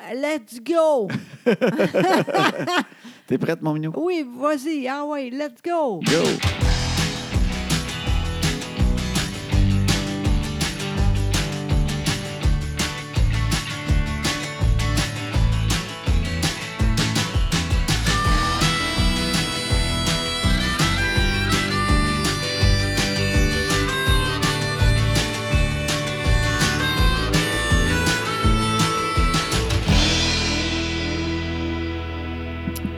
Euh, Let's go! T'es prête, mon minou? Oui, vas-y. Ah ouais, let's go! Go!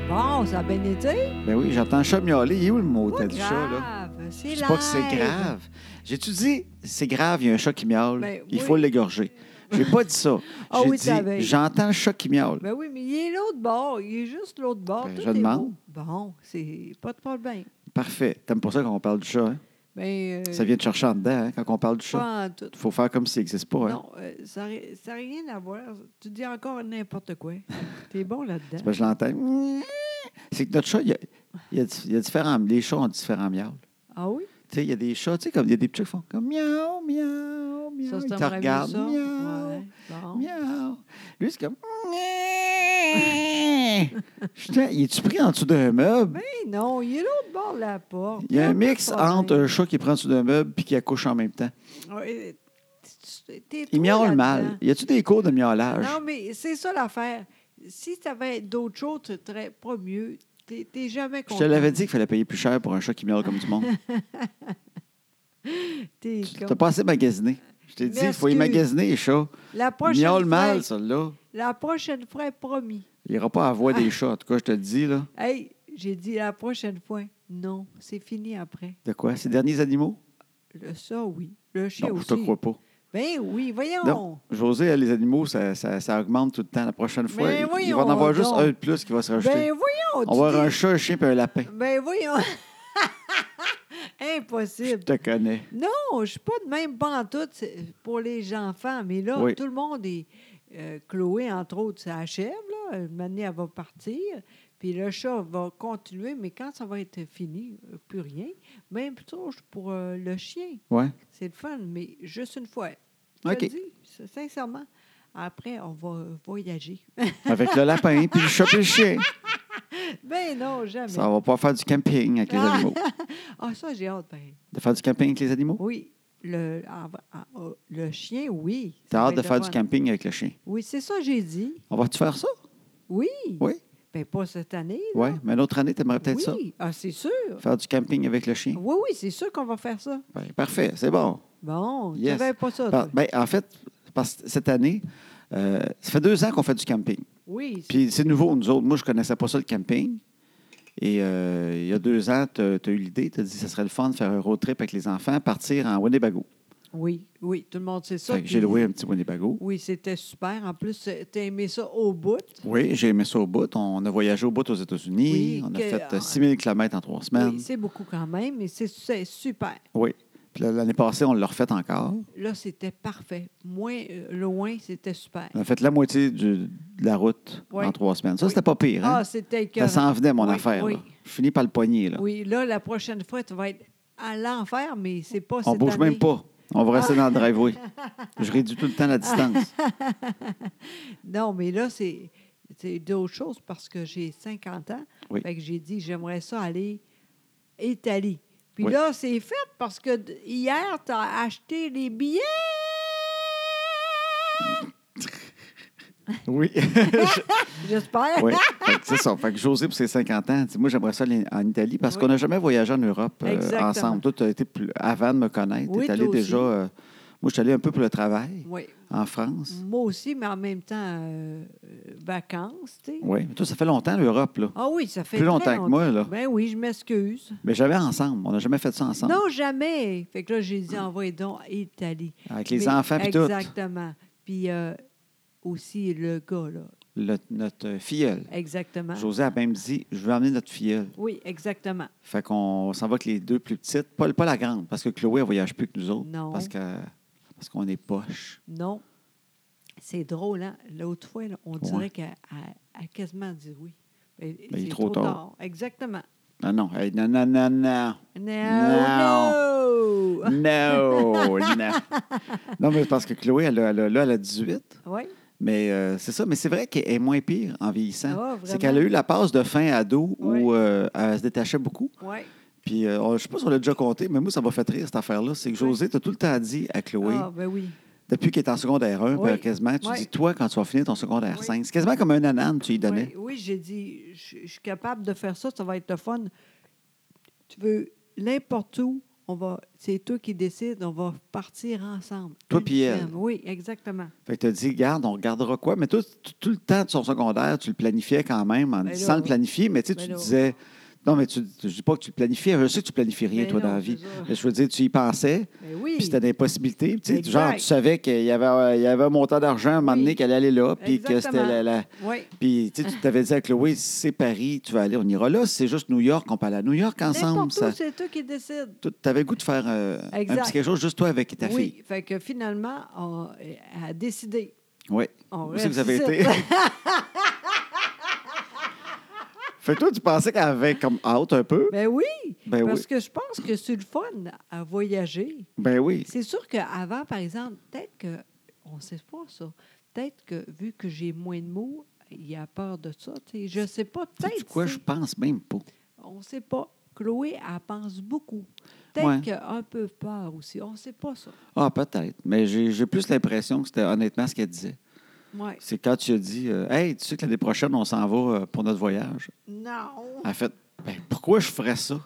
Bon, ça a bien été. Ben oui, j'entends un chat miauler. Il est où le mot Pas du chat, là? grave, Je C'est sais pas que c'est live. grave. J'ai-tu dit, c'est grave, il y a un chat qui miaule, Ben il oui. faut l'égorger? J'ai pas dit ça. Ah J'ai oui, t'avais. dit, j'entends le chat qui miaule. Ben oui, mais il est l'autre bord. Il est juste l'autre bord. Ben, Tout je est demande. beau. Bon, c'est pas de problème. Parfait. T'aimes pour ça qu'on parle du chat, hein? Ben, euh, Ça vient de chercher en dedans, hein, quand on parle du chat. pas en tout. faut faire comme s'il n'existe pas. Hein? Non, euh, ça n'a rien à voir. Tu dis encore n'importe quoi. T'es bon C'est là-dedans. parce que je l'entends. C'est que notre chat, il y a, il y a di- il y a différents. Les chats ont différents miaules. Ah oui? Tu sais, il y a des chats, tu sais, comme il y a des petits chats qui font comme miaou, miaou, miaou. Ça, c'est Ils un te vrai regardent. ça. Miaou, Ouais, bon. miaou. Lui, c'est comme. Putain, il est-tu pris en dessous d'un meuble? Ben non, il est l'autre bord de la porte. Hein? Il y a un Pas de mix problème. entre un chat qui est pris en dessous d'un meuble et qui accouche en même temps. Ouais, t'es- t'es trop Il miaule mal. là-dedans. Y a-tu des cours de miaulage? Non, mais c'est ça l'affaire. Si tu avais d'autres choses, tu serais pas mieux. Tu n'es jamais Je content. te l'avais dit qu'il fallait payer plus cher pour un chat qui miaule comme du monde. T'es Tu con. n'as pas assez magasiné. Je t'ai dit, il faut y M'excuse. magasiner les chats. La prochaine Miaule mal, fois, celui-là. La prochaine fois, promis. Il n'ira pas à voir Ah. des chats. En tout cas, je te le dis, là. Hey, j'ai dit la prochaine fois. Non, c'est fini après. De quoi? Ces derniers animaux? Le ça, oui. Le chien Non, je te aussi. crois pas. Ben oui, voyons. Non, José, les animaux, ça, ça- ça augmente tout le temps. La prochaine fois, Mais il- il voyons va en avoir juste donc. un de plus qui va se rajouter. ben voyons. On tu va avoir dis- un chat, un chien puis un lapin. Ben voyons. Impossible. Je te connais. Non, je suis pas de même pantoute c'est pour les enfants, mais là, Oui. tout le monde est. euh, Chloé, entre autres, ça achève. Là. Une année, elle va partir. Puis le chat va continuer, mais quand ça va être fini, euh, plus rien. Même chose pour euh, le chien. Ouais. C'est le fun, mais juste une fois. Je OK. te le dis, c'est- sincèrement. Après, on va voyager. Avec le lapin puis le chat puis le chien. ben non, jamais. Ça, on va pas faire du camping avec les Ah. animaux. Ah, ça, j'ai hâte, pareil. De faire du camping avec les animaux? Oui. Le, ah, ah, ah, le chien, oui. ça T'as va hâte de être le faire du fun. camping avec le chien. Oui, c'est ça, j'ai dit. On va-tu faire ça? Oui. Oui. Ben, pas cette année. là. Oui. Mais une autre année, t'aimerais peut-être oui. ça. Ah, c'est sûr. Faire du camping avec le chien. Oui, oui, c'est sûr qu'on va faire ça. Ben, parfait, c'est bon. Bon, tu Yes. savais pas ça. Par- toi. ben, en fait, parce que cette année, euh, ça fait deux ans qu'on fait du camping. oui. c'est- Puis c'est nouveau, nous autres. Moi, je ne connaissais pas ça, le camping. Et euh, il y a deux ans, tu as, eu l'idée, tu as dit que ce serait le fun de faire un road trip avec les enfants, partir en Winnebago. Oui, oui, tout le monde sait ça. Fait que J'ai puis- loué un petit Winnebago. Oui, c'était super. En plus, euh, t'as aimé ça au bout. Oui, j'ai aimé ça au bout. On a voyagé au bout aux États-Unis. Oui, on a que- ah. fait euh, 6000 km en trois semaines. Oui, c'est beaucoup quand même, mais c'est- c'est super. Oui. Puis là, l'année passée, on l'a refait encore. Là, c'était parfait. Moins euh, loin, c'était super. On a fait la moitié du- de la route Oui. en trois semaines. Ça, Oui. c'était pas pire. Hein? Ah, c'était ça écœurant. s'en venait, mon Oui, affaire. oui. là. Je finis par le poignet. Là. Oui, là, la prochaine fois, tu vas être à l'enfer, mais c'est pas On cette bouge année. même pas. On va rester dans le driveway. Je réduis tout le temps la distance. Non, mais là, c'est c'est d'autres choses parce que j'ai 50 ans. Oui. Fait que j'ai dit, j'aimerais ça aller Italie. Puis Oui. là, c'est fait parce que d- hier, tu as acheté les billets. Oui. J'espère. oui. Fait que C'est ça. Fait que José, pour ses 50 ans, dit, moi, j'aimerais ça aller en Italie parce Oui. qu'on n'a jamais voyagé en Europe euh, Exactement. ensemble. Toi, tu as été plus- avant de me connaître. Oui, tu toi allé aussi. déjà. euh, moi, je suis allé un peu pour le travail Oui. en France. Moi aussi, mais en même temps, euh, euh, vacances, tu sais. Oui. Mais toi, ça fait longtemps, l'Europe, là. Ah oui, ça fait très Plus longtemps que moi, là. Ben oui, je m'excuse. Mais jamais ensemble. On n'a jamais fait ça ensemble. Non, jamais. Fait que là, j'ai dit, envoyez donc Italie. Avec les Mais- enfants puis tout. Exactement. Puis euh, aussi le gars, là. Le- notre euh, filleul. Exactement. José a même dit Je veux emmener notre filleul. Oui, exactement. Fait qu'on s'en va avec les deux plus petites. Pas, pas la grande, parce que Chloé, elle voyage plus que nous autres. Non. Parce que parce qu'on est poche. Non. C'est drôle, hein? L'autre fois, là, on dirait qu'elle elle- elle a quasiment dit oui. Ben, il est c'est trop tard. Exactement. Non, non. Hey, non, non, non, non. No, Non. no! Non, non. Non, mais c'est parce que Chloé, elle a, elle a- là, elle a 18. Oui, Mais euh, c'est ça, mais c'est vrai qu'elle est moins pire en vieillissant. Ah, c'est vraiment? qu'elle a eu la passe de fin ado où Ouais. euh, elle se détachait beaucoup. Ouais. Puis euh, on- je sais pas si on l'a déjà compté, mais moi, ça m'a fait rire cette affaire-là. C'est que Ouais. José, tu tout le temps dit à Chloé, Ah, ben oui. depuis qu'elle est en secondaire 1, Oui. quasiment, tu Oui. dis toi quand tu vas finir ton secondaire Oui. 5. C'est quasiment comme un anane, tu lui donnais. Oui, oui, j'ai dit, je je suis capable de faire ça, ça va être le fun. Tu veux, n'importe où, on va, c'est toi qui décides, on va partir ensemble. Toi Une puis elle. semaine. Oui, exactement. Fait que tu as dit, garde, on regardera quoi. Mais toi, t- tout le temps de son secondaire, tu le planifiais quand même, en Ben disant là, le planifier, mais tu sais, ben tu là. disais. Non, mais tu, je dis pas que tu le planifiais. Je sais que tu planifies rien, Ben toi, dans non, la vie. c'est ça. Mais je veux dire, tu y pensais, Ben oui. puis c'était des possibilités. puis Tu sais, Exact. genre, tu savais qu'il y avait, euh, il y avait un montant d'argent à un moment donné Oui. qu'elle allait là, puis que c'était Exactement. la. la- Oui, puis tu sais, tu t'avais dit à Chloé, si c'est Paris, tu vas aller, on ira là. Si c'est juste New York, on peut aller à New York ensemble. n'importe Ça, où, c'est toi qui décides. tu avais le goût de faire euh, un Exact. petit quelque chose juste toi avec ta oui, fille. fait que finalement, on elle a décidé. Oui. On Où c'est que vous reste avez ici. été? Fait que toi, tu pensais qu'elle avait comme out un peu? Ben oui, Ben parce oui. que je pense que c'est le fun à voyager. Ben oui. C'est sûr qu'avant, par exemple, peut-être que, on ne sait pas ça, peut-être que vu que j'ai moins de mots, il a peur de ça. tu sais. Je ne sais pas, Sais-tu peut-être. quoi? c'est- Je pense même pas. On ne sait pas. Chloé, elle pense beaucoup. Peut-être Ouais. qu'elle a un peu peur aussi. On ne sait pas ça. Ah, peut-être. Mais j'ai j'ai plus l'impression que c'était honnêtement ce qu'elle disait. Ouais. C'est quand tu as dit euh, Hey, tu sais que l'année prochaine, on s'en va euh, pour notre voyage. Non. Elle a fait Ben, pourquoi je ferais ça?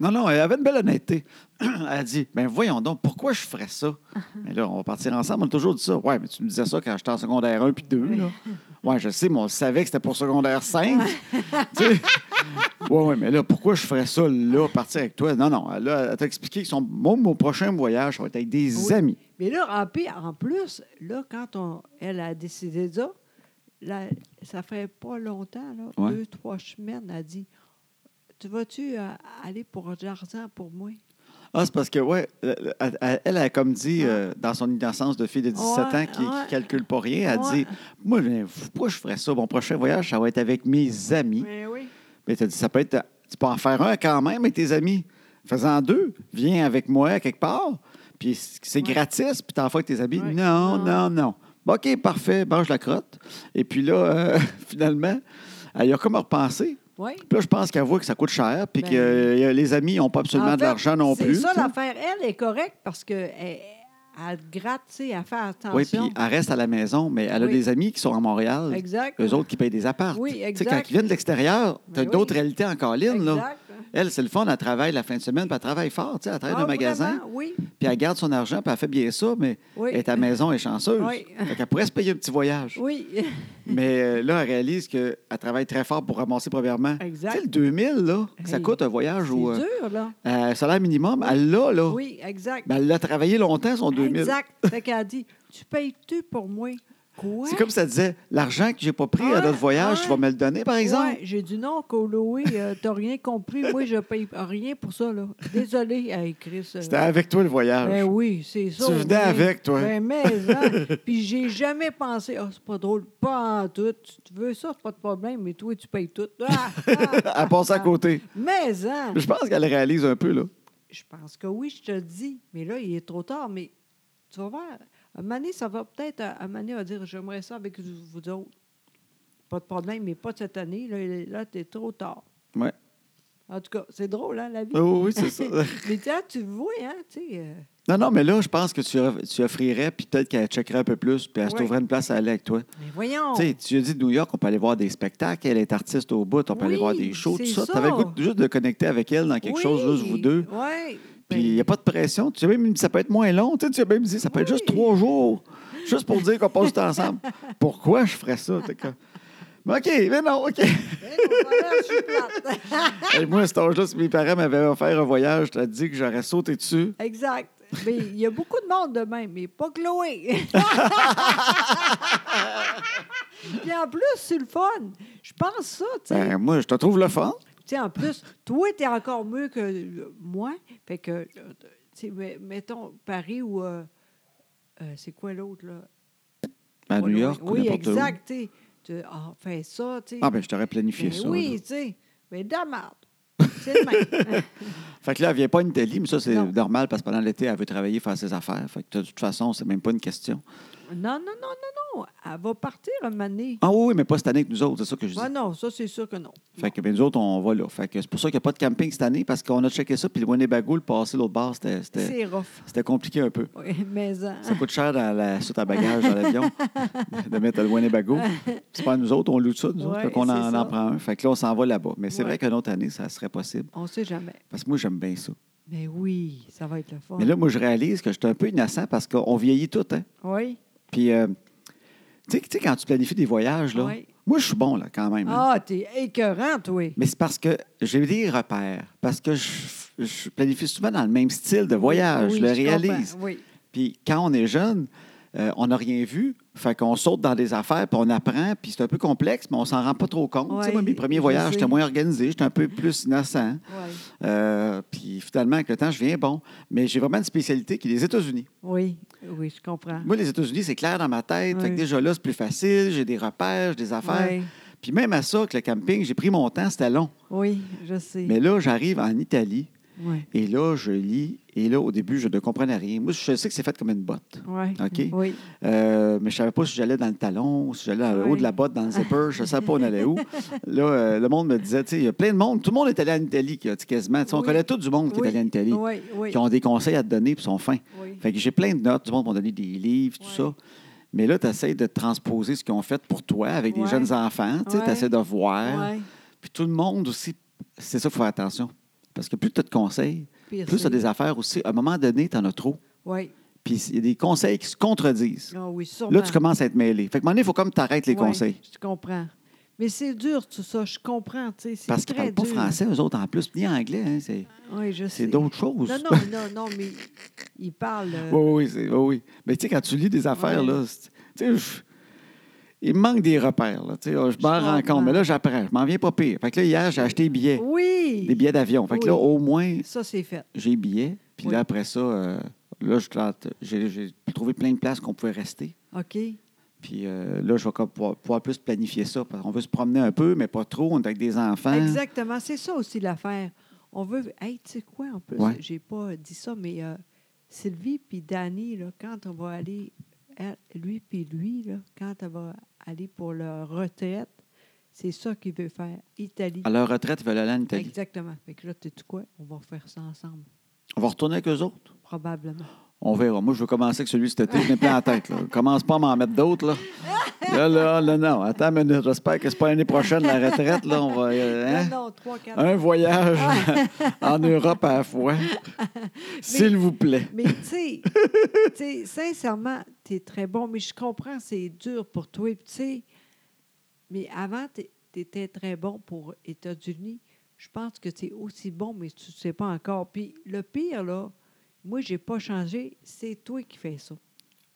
Non, non, elle avait une belle honnêteté. elle a dit Ben, voyons donc, pourquoi je ferais ça? Mais là, on va partir ensemble. On a toujours dit ça. Ouais, mais tu me disais ça quand j'étais en secondaire 1 puis 2. Là. Ouais, je sais, mais on le savait que c'était pour secondaire 5. tu sais. Ouais, ouais, mais là, pourquoi je ferais ça là, partir avec toi? Non, non, là, elle t'a expliqué que son, mon, mon prochain voyage, ça va être avec des Oui. amis. Mais là, en, pire- en plus, là, quand on, elle a décidé ça, là, ça fait pas longtemps, là, Ouais. deux, trois semaines, elle a dit Tu vas-tu euh, aller pour l'argent pour moi Ah, c'est parce que, ouais, euh, elle, elle- elle a comme dit, Ah. euh, dans son innocence de fille de 17 Ouais, ans qui, qui ouais. calcule pas rien, elle Ouais. dit Moi, je- pourquoi je ferais ça? Mon prochain voyage, ça va être avec mes amis. Mais oui. Mais tu dit Ça peut être. Tu peux en faire un quand même avec tes amis. Fais-en deux. Viens avec moi quelque part. Puis c'est Ouais. gratis, puis t'en fais avec tes amis. Ouais. Non, Non. non, non. Bon, OK, parfait. Mange la crotte. Et puis là, euh, finalement, elle y a comme repensé. Oui. Puis là, je pense qu'elle voit que ça coûte cher, puis Ben- que euh, les amis n'ont pas absolument En de fait, l'argent non plus. C'est ça tu sais. l'affaire. Elle est correcte parce que elle, elle gratte, tu sais, elle fait Oui, attention. puis elle reste à la maison, mais elle a Oui. des amis qui sont à Montréal. exact. Eux autres qui payent des apparts. Oui, exact. quand ils viennent de l'extérieur, tu as Ben oui. d'autres réalités encore ligne. Là. hein, Exact. Elle, c'est le fun, elle travaille la fin de semaine, puis elle travaille fort. tu sais, Elle travaille Ah, dans un magasin, vraiment? Oui. puis elle garde son argent, puis elle fait bien ça, mais Oui. elle est à la maison, elle est chanceuse. Oui. elle pourrait se payer un petit voyage. Oui. Mais euh, là, elle réalise qu'elle travaille très fort pour ramasser premièrement. Exact. Tu sais, le 2000, là, que ça Hey, coûte un voyage C'est au euh, dur, là. euh, salaire minimum, elle l'a, là. Oui, exact. Mais elle l'a travaillé longtemps, son 2000. Exact. Fait qu'elle a dit Tu payes-tu pour moi Quoi C'est comme ça disait, l'argent que j'ai pas pris à Ouais, notre voyage, tu vas ouais. me le donner, par exemple. Ouais, j'ai dit non, Coloé, euh, t'as rien compris. Moi, je paye rien pour ça, là. Désolée, hey, Chris. euh, C'était avec toi le voyage. Ben oui, c'est ça. Tu venais avec, toi. Ben, mais, hein, puis j'ai jamais pensé, ah, c'est pas drôle, pas en tout. Tu veux ça, c'est pas de problème, mais toi, tu payes tout. Ah, ah, Elle passe à côté. mais, hein, Je pense qu'elle réalise un peu, là. je pense que oui, je te le dis, mais là, il est trop tard, mais tu vas voir. Un moment donné, ça va peut-être, un moment donné, elle va dire, j'aimerais ça avec vous vous autres. Pas de problème, mais pas cette année, là, là t'es trop tard. Ouais. En tout cas, c'est drôle, hein, la vie. Oh, oui, c'est ça. mais tu sais, tu le vois, hein, tu sais. euh, non, non, mais là, je pense que tu, off- tu offrirais, puis peut-être qu'elle checkerait un peu plus, puis elle se Oui. trouverait une place à aller avec toi. mais voyons. Tu sais, tu as dit de New York, on peut aller voir des spectacles, elle est artiste au bout, on peut aller Oui, voir des shows, tout c'est ça. ça. Tu avais le goût de- juste de connecter avec elle dans quelque chose, juste vous deux. Oui. Ben, Puis il n'y a pas de pression. Tu as même dit ça peut être moins long. Tu sais, tu as même dit ça peut être juste Oui. trois jours. Juste pour dire qu'on passe du temps ensemble. Pourquoi je ferais ça? T'es comme, Mais OK, mais non, OK. ben, Et moi, à cet âge-là, si mes parents m'avaient offert un voyage, je t'ai dit que j'aurais sauté dessus. exact. Mais il y a beaucoup de monde de même, mais pas Chloé. Puis en plus, c'est le fun. Je pense ça, tu sais. Ben, moi, je te trouve le fun. Tu sais, en plus, toi, t'es encore mieux que euh, moi. Fait que, euh, tu sais, mais- mettons, Paris ou... euh, euh, c'est quoi l'autre, là? Pas À New loin. York, ou Oui, n'importe où. exact, tu sais. Tu- Ah, fais ça, tu sais. Ah, ben, je t'aurais planifié Ben ça. oui, tu sais. Mais de la merde. C'est le même. là. Fait que là, elle vient pas en Italie, mais ça, c'est Non. normal parce que pendant l'été, elle veut travailler, faire ses affaires. Fait que de toute façon, c'est même pas une question. Non, non, non, non, non. Elle va partir un moment donné. Ah oui, oui, mais pas cette année que nous autres, c'est ça que je dis. Ah non, ça, c'est sûr que non. Fait que ben, nous autres, on va là. Fait que c'est pour ça qu'il n'y a pas de camping cette année, parce qu'on a checké ça, puis le Winnebago, le passé, l'autre bar, c'était- c'était C'est rough. c'était compliqué un peu. Oui, mais hein, Ça coûte cher dans la soute à bagages dans l'avion de mettre le Winnebago. C'est pas nous autres, on loue ça, nous autres, Ouais, fait qu'on en, c'est ça. en prend un. Fait que là, on s'en va là-bas. Mais c'est Ouais. vrai qu'une autre année, ça serait possible. on ne sait jamais. Parce que moi, j'aime bien ça. Mais oui, ça va être le fun. Mais là, moi, je réalise que je suis un peu innocent parce qu'on vieillit tout, hein. oui. Puis, euh, tu sais- tu sais, quand tu planifies des voyages, là, Ouais. moi, je suis bon, là, quand même. hein. Ah, t'es écœurant, toi. Mais c'est parce que j'ai des repères. Parce que je, je planifie souvent dans le même style de voyage. Oui, je le comprends, réalise. Oui. Puis quand on est jeune, euh, on n'a rien vu. Fait qu'on saute dans des affaires, puis on apprend, puis c'est un peu complexe, mais on s'en rend pas trop compte. Tu sais, Ouais, moi, mes premiers je voyages, sais. j'étais moins organisé, j'étais un peu plus innocent. Oui. Euh, puis finalement, avec le temps, je viens bon. Mais j'ai vraiment une spécialité qui est les États-Unis. Oui, oui, je comprends. Moi, les États-Unis, c'est clair dans ma tête. Fait que Oui. déjà là, c'est plus facile, j'ai des repères, j'ai des affaires. Oui, Puis même à ça, avec le camping, j'ai pris mon temps, c'était long. oui, je sais. Mais là, j'arrive en Italie, Oui. et là, je lis, et là, au début, je ne comprenais rien. Moi, je sais que c'est fait comme une botte. Oui. OK. Oui. Euh, mais je savais pas si j'allais dans le talon, si j'allais dans le Oui. haut de la botte, dans le zipper. Je ne savais pas où on allait où. Là, euh, le monde me disait, tu sais, il y a plein de monde. Tout le monde est allé en Italie, qui a- tu sais, quasiment. Tu sais, On Oui. connaît tout du monde qui est allé en Italie, Oui, oui. qui ont des conseils à te donner puis sont fins. oui. Fait que j'ai plein de notes. Du monde m'a donné des livres, tout Ouais. ça. Mais là, tu essaies de transposer ce qu'ils ont fait pour toi avec des Ouais. jeunes enfants. Tu Ouais. essaies de voir. Oui. Puis tout le monde aussi, c'est ça, il faut faire attention. Parce que plus tu as de conseils, Pire, plus tu c'est- as des affaires aussi. À un moment donné, tu en as trop. Oui. Puis il y a des conseils qui se contredisent. Ah oui, sûrement. Là, tu commences à être mêlé. Fait que, à un moment donné, il faut comme t'arrêtes les Ouais, conseils. Je comprends. Mais c'est dur, tout ça. Je comprends. tu sais, c'est Parce qu'ils très parlent pas dur. français, eux autres, en plus, ni anglais. hein, c'est Oui, je c'est sais. d'autres choses. Non, non, non, non, mais il parle. euh, Oui, oui, c'est- oui, oui. Mais tu sais, quand tu lis des affaires, Ouais. là, c'est- tu sais, je- il me manque des repères. Là, tu sais, je m'en Je rends comprends. compte, mais là, j'apprends. Je m'en viens pas pire. Fait que là, hier, j'ai acheté des billets, Oui. des billets d'avion. Fait que là, Oui. au moins, Ça, c'est fait. j'ai billets. Puis Oui. là, après ça, euh, là, je tente- j'ai j'ai trouvé plein de places qu'on pouvait rester. OK. Puis euh, là, je vais comme pouvoir, pouvoir plus planifier ça. Parce qu'on veut se promener un peu, mais pas trop. On est avec des enfants. Exactement. C'est ça aussi l'affaire. On veut. Hey, tu sais quoi, en plus? Ouais. J'ai pas dit ça, mais euh, Sylvie puis Danny, là, quand on va aller, elle- lui puis lui, là, quand on va aller pour leur retraite, c'est ça qu'il veut faire. Italie. À leur retraite, ils veulent aller en Italie. Exactement. Fait que là, tu sais quoi? On va faire ça ensemble, On va retourner avec eux autres. probablement. On verra. Moi, je veux commencer avec celui de cet été. Je n'ai plein en tête. Là. Commence pas à m'en mettre d'autres. Là. là, là, là, non. Attends une minute. J'espère que c'est pas l'année prochaine, la retraite. Là, on va, euh, hein? Non, non, trois, quatre. Un voyage en Europe à la fois. S'il vous plaît. Mais tu sais, tu sais, sincèrement, tu es très bon, mais je comprends, c'est dur pour toi. Puis, Tu sais, mais avant, tu étais très bon pour États-Unis. Je pense que tu es aussi bon, mais tu ne sais pas encore. Puis le pire, là, moi, j'ai pas changé. C'est toi qui fais ça.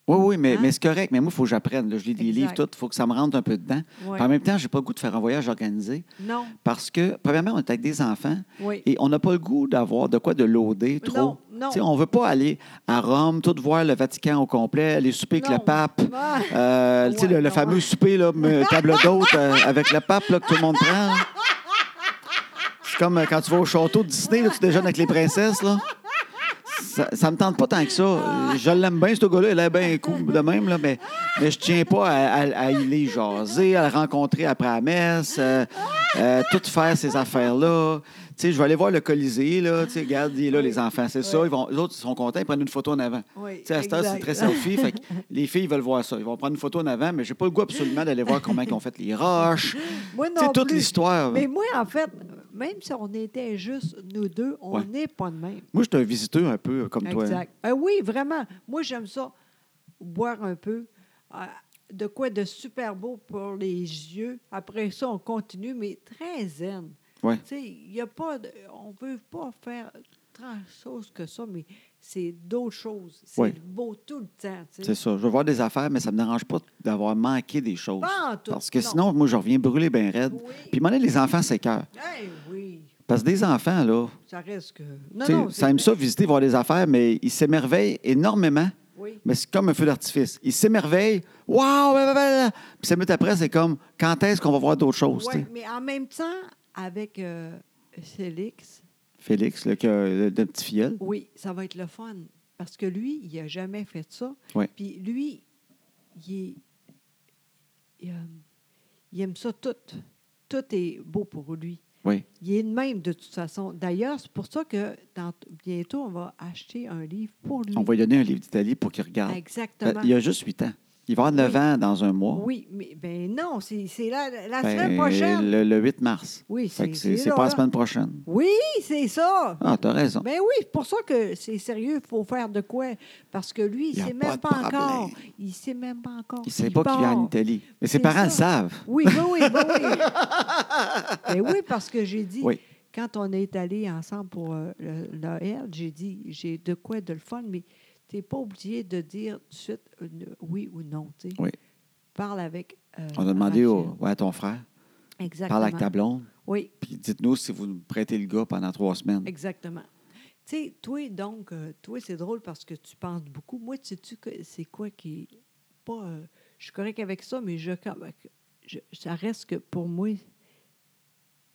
Oui, oui, mais, Hein? mais c'est correct. Mais moi, il faut que j'apprenne. là. Je lis des Exact. livres, tout. Il faut que ça me rentre un peu dedans. Ouais. Puis En même temps, j'ai pas le goût de faire un voyage organisé Non, parce que, premièrement, on est avec des enfants oui. et on n'a pas le goût d'avoir de quoi de loader trop. Non, non. Tu sais, on ne veut pas aller à Rome, tout voir le Vatican au complet, aller souper avec Non. le pape. Ah, Euh, tu sais, le, le Ouais, fameux ouais. souper, là, me- table d'hôte euh, avec le pape là, que tout le monde prend. là. C'est comme euh, quand tu vas au château de Disney, là, tu déjeunes avec les princesses. Là. Ça, ça me tente pas tant que ça. Euh, Je l'aime bien, ce gars-là. Il est bien cool de même, là, mais, mais je tiens pas à, à, à y les jaser, à le rencontrer après la messe, euh, euh, tout faire ces affaires-là. Tu sais, je vais aller voir le Colisée, là. Tu sais, regarde, il est là, les enfants, c'est ça. Ils vont, les autres, ils sont contents, ils prennent une photo en avant. Oui, Tu sais, à cette heure, c'est exact. très selfie. fait que les filles veulent voir ça. Ils vont prendre une photo en avant, mais j'ai pas le goût absolument d'aller voir comment ils ont fait les roches. Moi Tu sais, non toute plus. l'histoire. Mais moi, en fait, même si on était juste nous deux, on Ouais. n'est pas de même. Moi, je suis un visiteur un peu comme toi. hein. Exact. Euh, oui, vraiment. Moi, j'aime ça. Boire un peu. euh, de quoi de super beau pour les yeux. Après ça, on continue, mais très zen. Ouais. Tu sais, il y a pas. de- on ne veut pas faire tant de choses que ça, mais c'est d'autres choses. C'est Ouais. beau tout le temps. tu sais. C'est ça. Je veux voir des affaires, mais ça me dérange pas d'avoir manqué des choses. Pas en tout, Parce que non. sinon, moi, je reviens brûler bien raide. Oui. Puis, mon les enfants s'écœurent. Eh oui, Parce que des enfants, là, ça reste que. Non, tu sais, non. c'est ça aime vrai. ça visiter, voir des affaires, mais ils s'émerveillent énormément. Oui. Mais c'est comme un feu d'artifice. Ils s'émerveillent. Waouh! ben, blablabla. Puis, cinq minutes après, c'est comme quand est-ce qu'on va voir d'autres choses? tu Ouais, sais? mais en même temps, avec euh, Félix, Félix, le, le- le petit filleul. Oui, ça va être le fun. Parce que lui, il n'a jamais fait ça. Ouais. Puis lui, il, est- il, euh, il aime ça tout. Tout est beau pour lui. Oui. Il est de même de toute façon. D'ailleurs, c'est pour ça que dans- bientôt, on va acheter un livre pour lui. On va lui donner un livre d'Italie pour qu'il regarde. Mm. Ben, Exactement. Il a juste 8 ans. Il va avoir 9 Oui. ans dans un mois. Oui, mais ben non, c'est c'est la, la Ben, semaine prochaine. le, le 8 mars. Oui, Fait c'est que c'est c'est c'est là, pas la là. semaine prochaine. Oui, c'est ça. Ah, t'as raison. Ben oui, c'est pour ça que c'est sérieux, il faut faire de quoi. Parce que lui, il Il y ne a sait pas même de pas problème. encore. Il ne sait même pas encore. il ne sait qu'il pas qu'il est en part. Italie. Mais C'est ses parents ça. le savent. Oui, oui, oui, oui, oui. Ben oui, parce que j'ai dit, Oui. quand on est allés ensemble pour euh, le Noël, j'ai dit, j'ai de quoi de le fun, mais tu n'es pas obligé de dire tout de suite euh, ne- oui ou non. tu sais. Oui. Parle avec. euh, On a demandé au, Rachel. ouais, à ton frère, Exactement. parle avec ta blonde, Oui, puis dites-nous si vous nous prêtez le gars pendant trois semaines. exactement. Tu sais, toi, donc, euh, toi, c'est drôle parce que tu penses beaucoup. Moi, tu sais-tu que c'est quoi qui. Pas, euh, je suis correct avec ça, mais je, quand- je- ça reste que pour moi,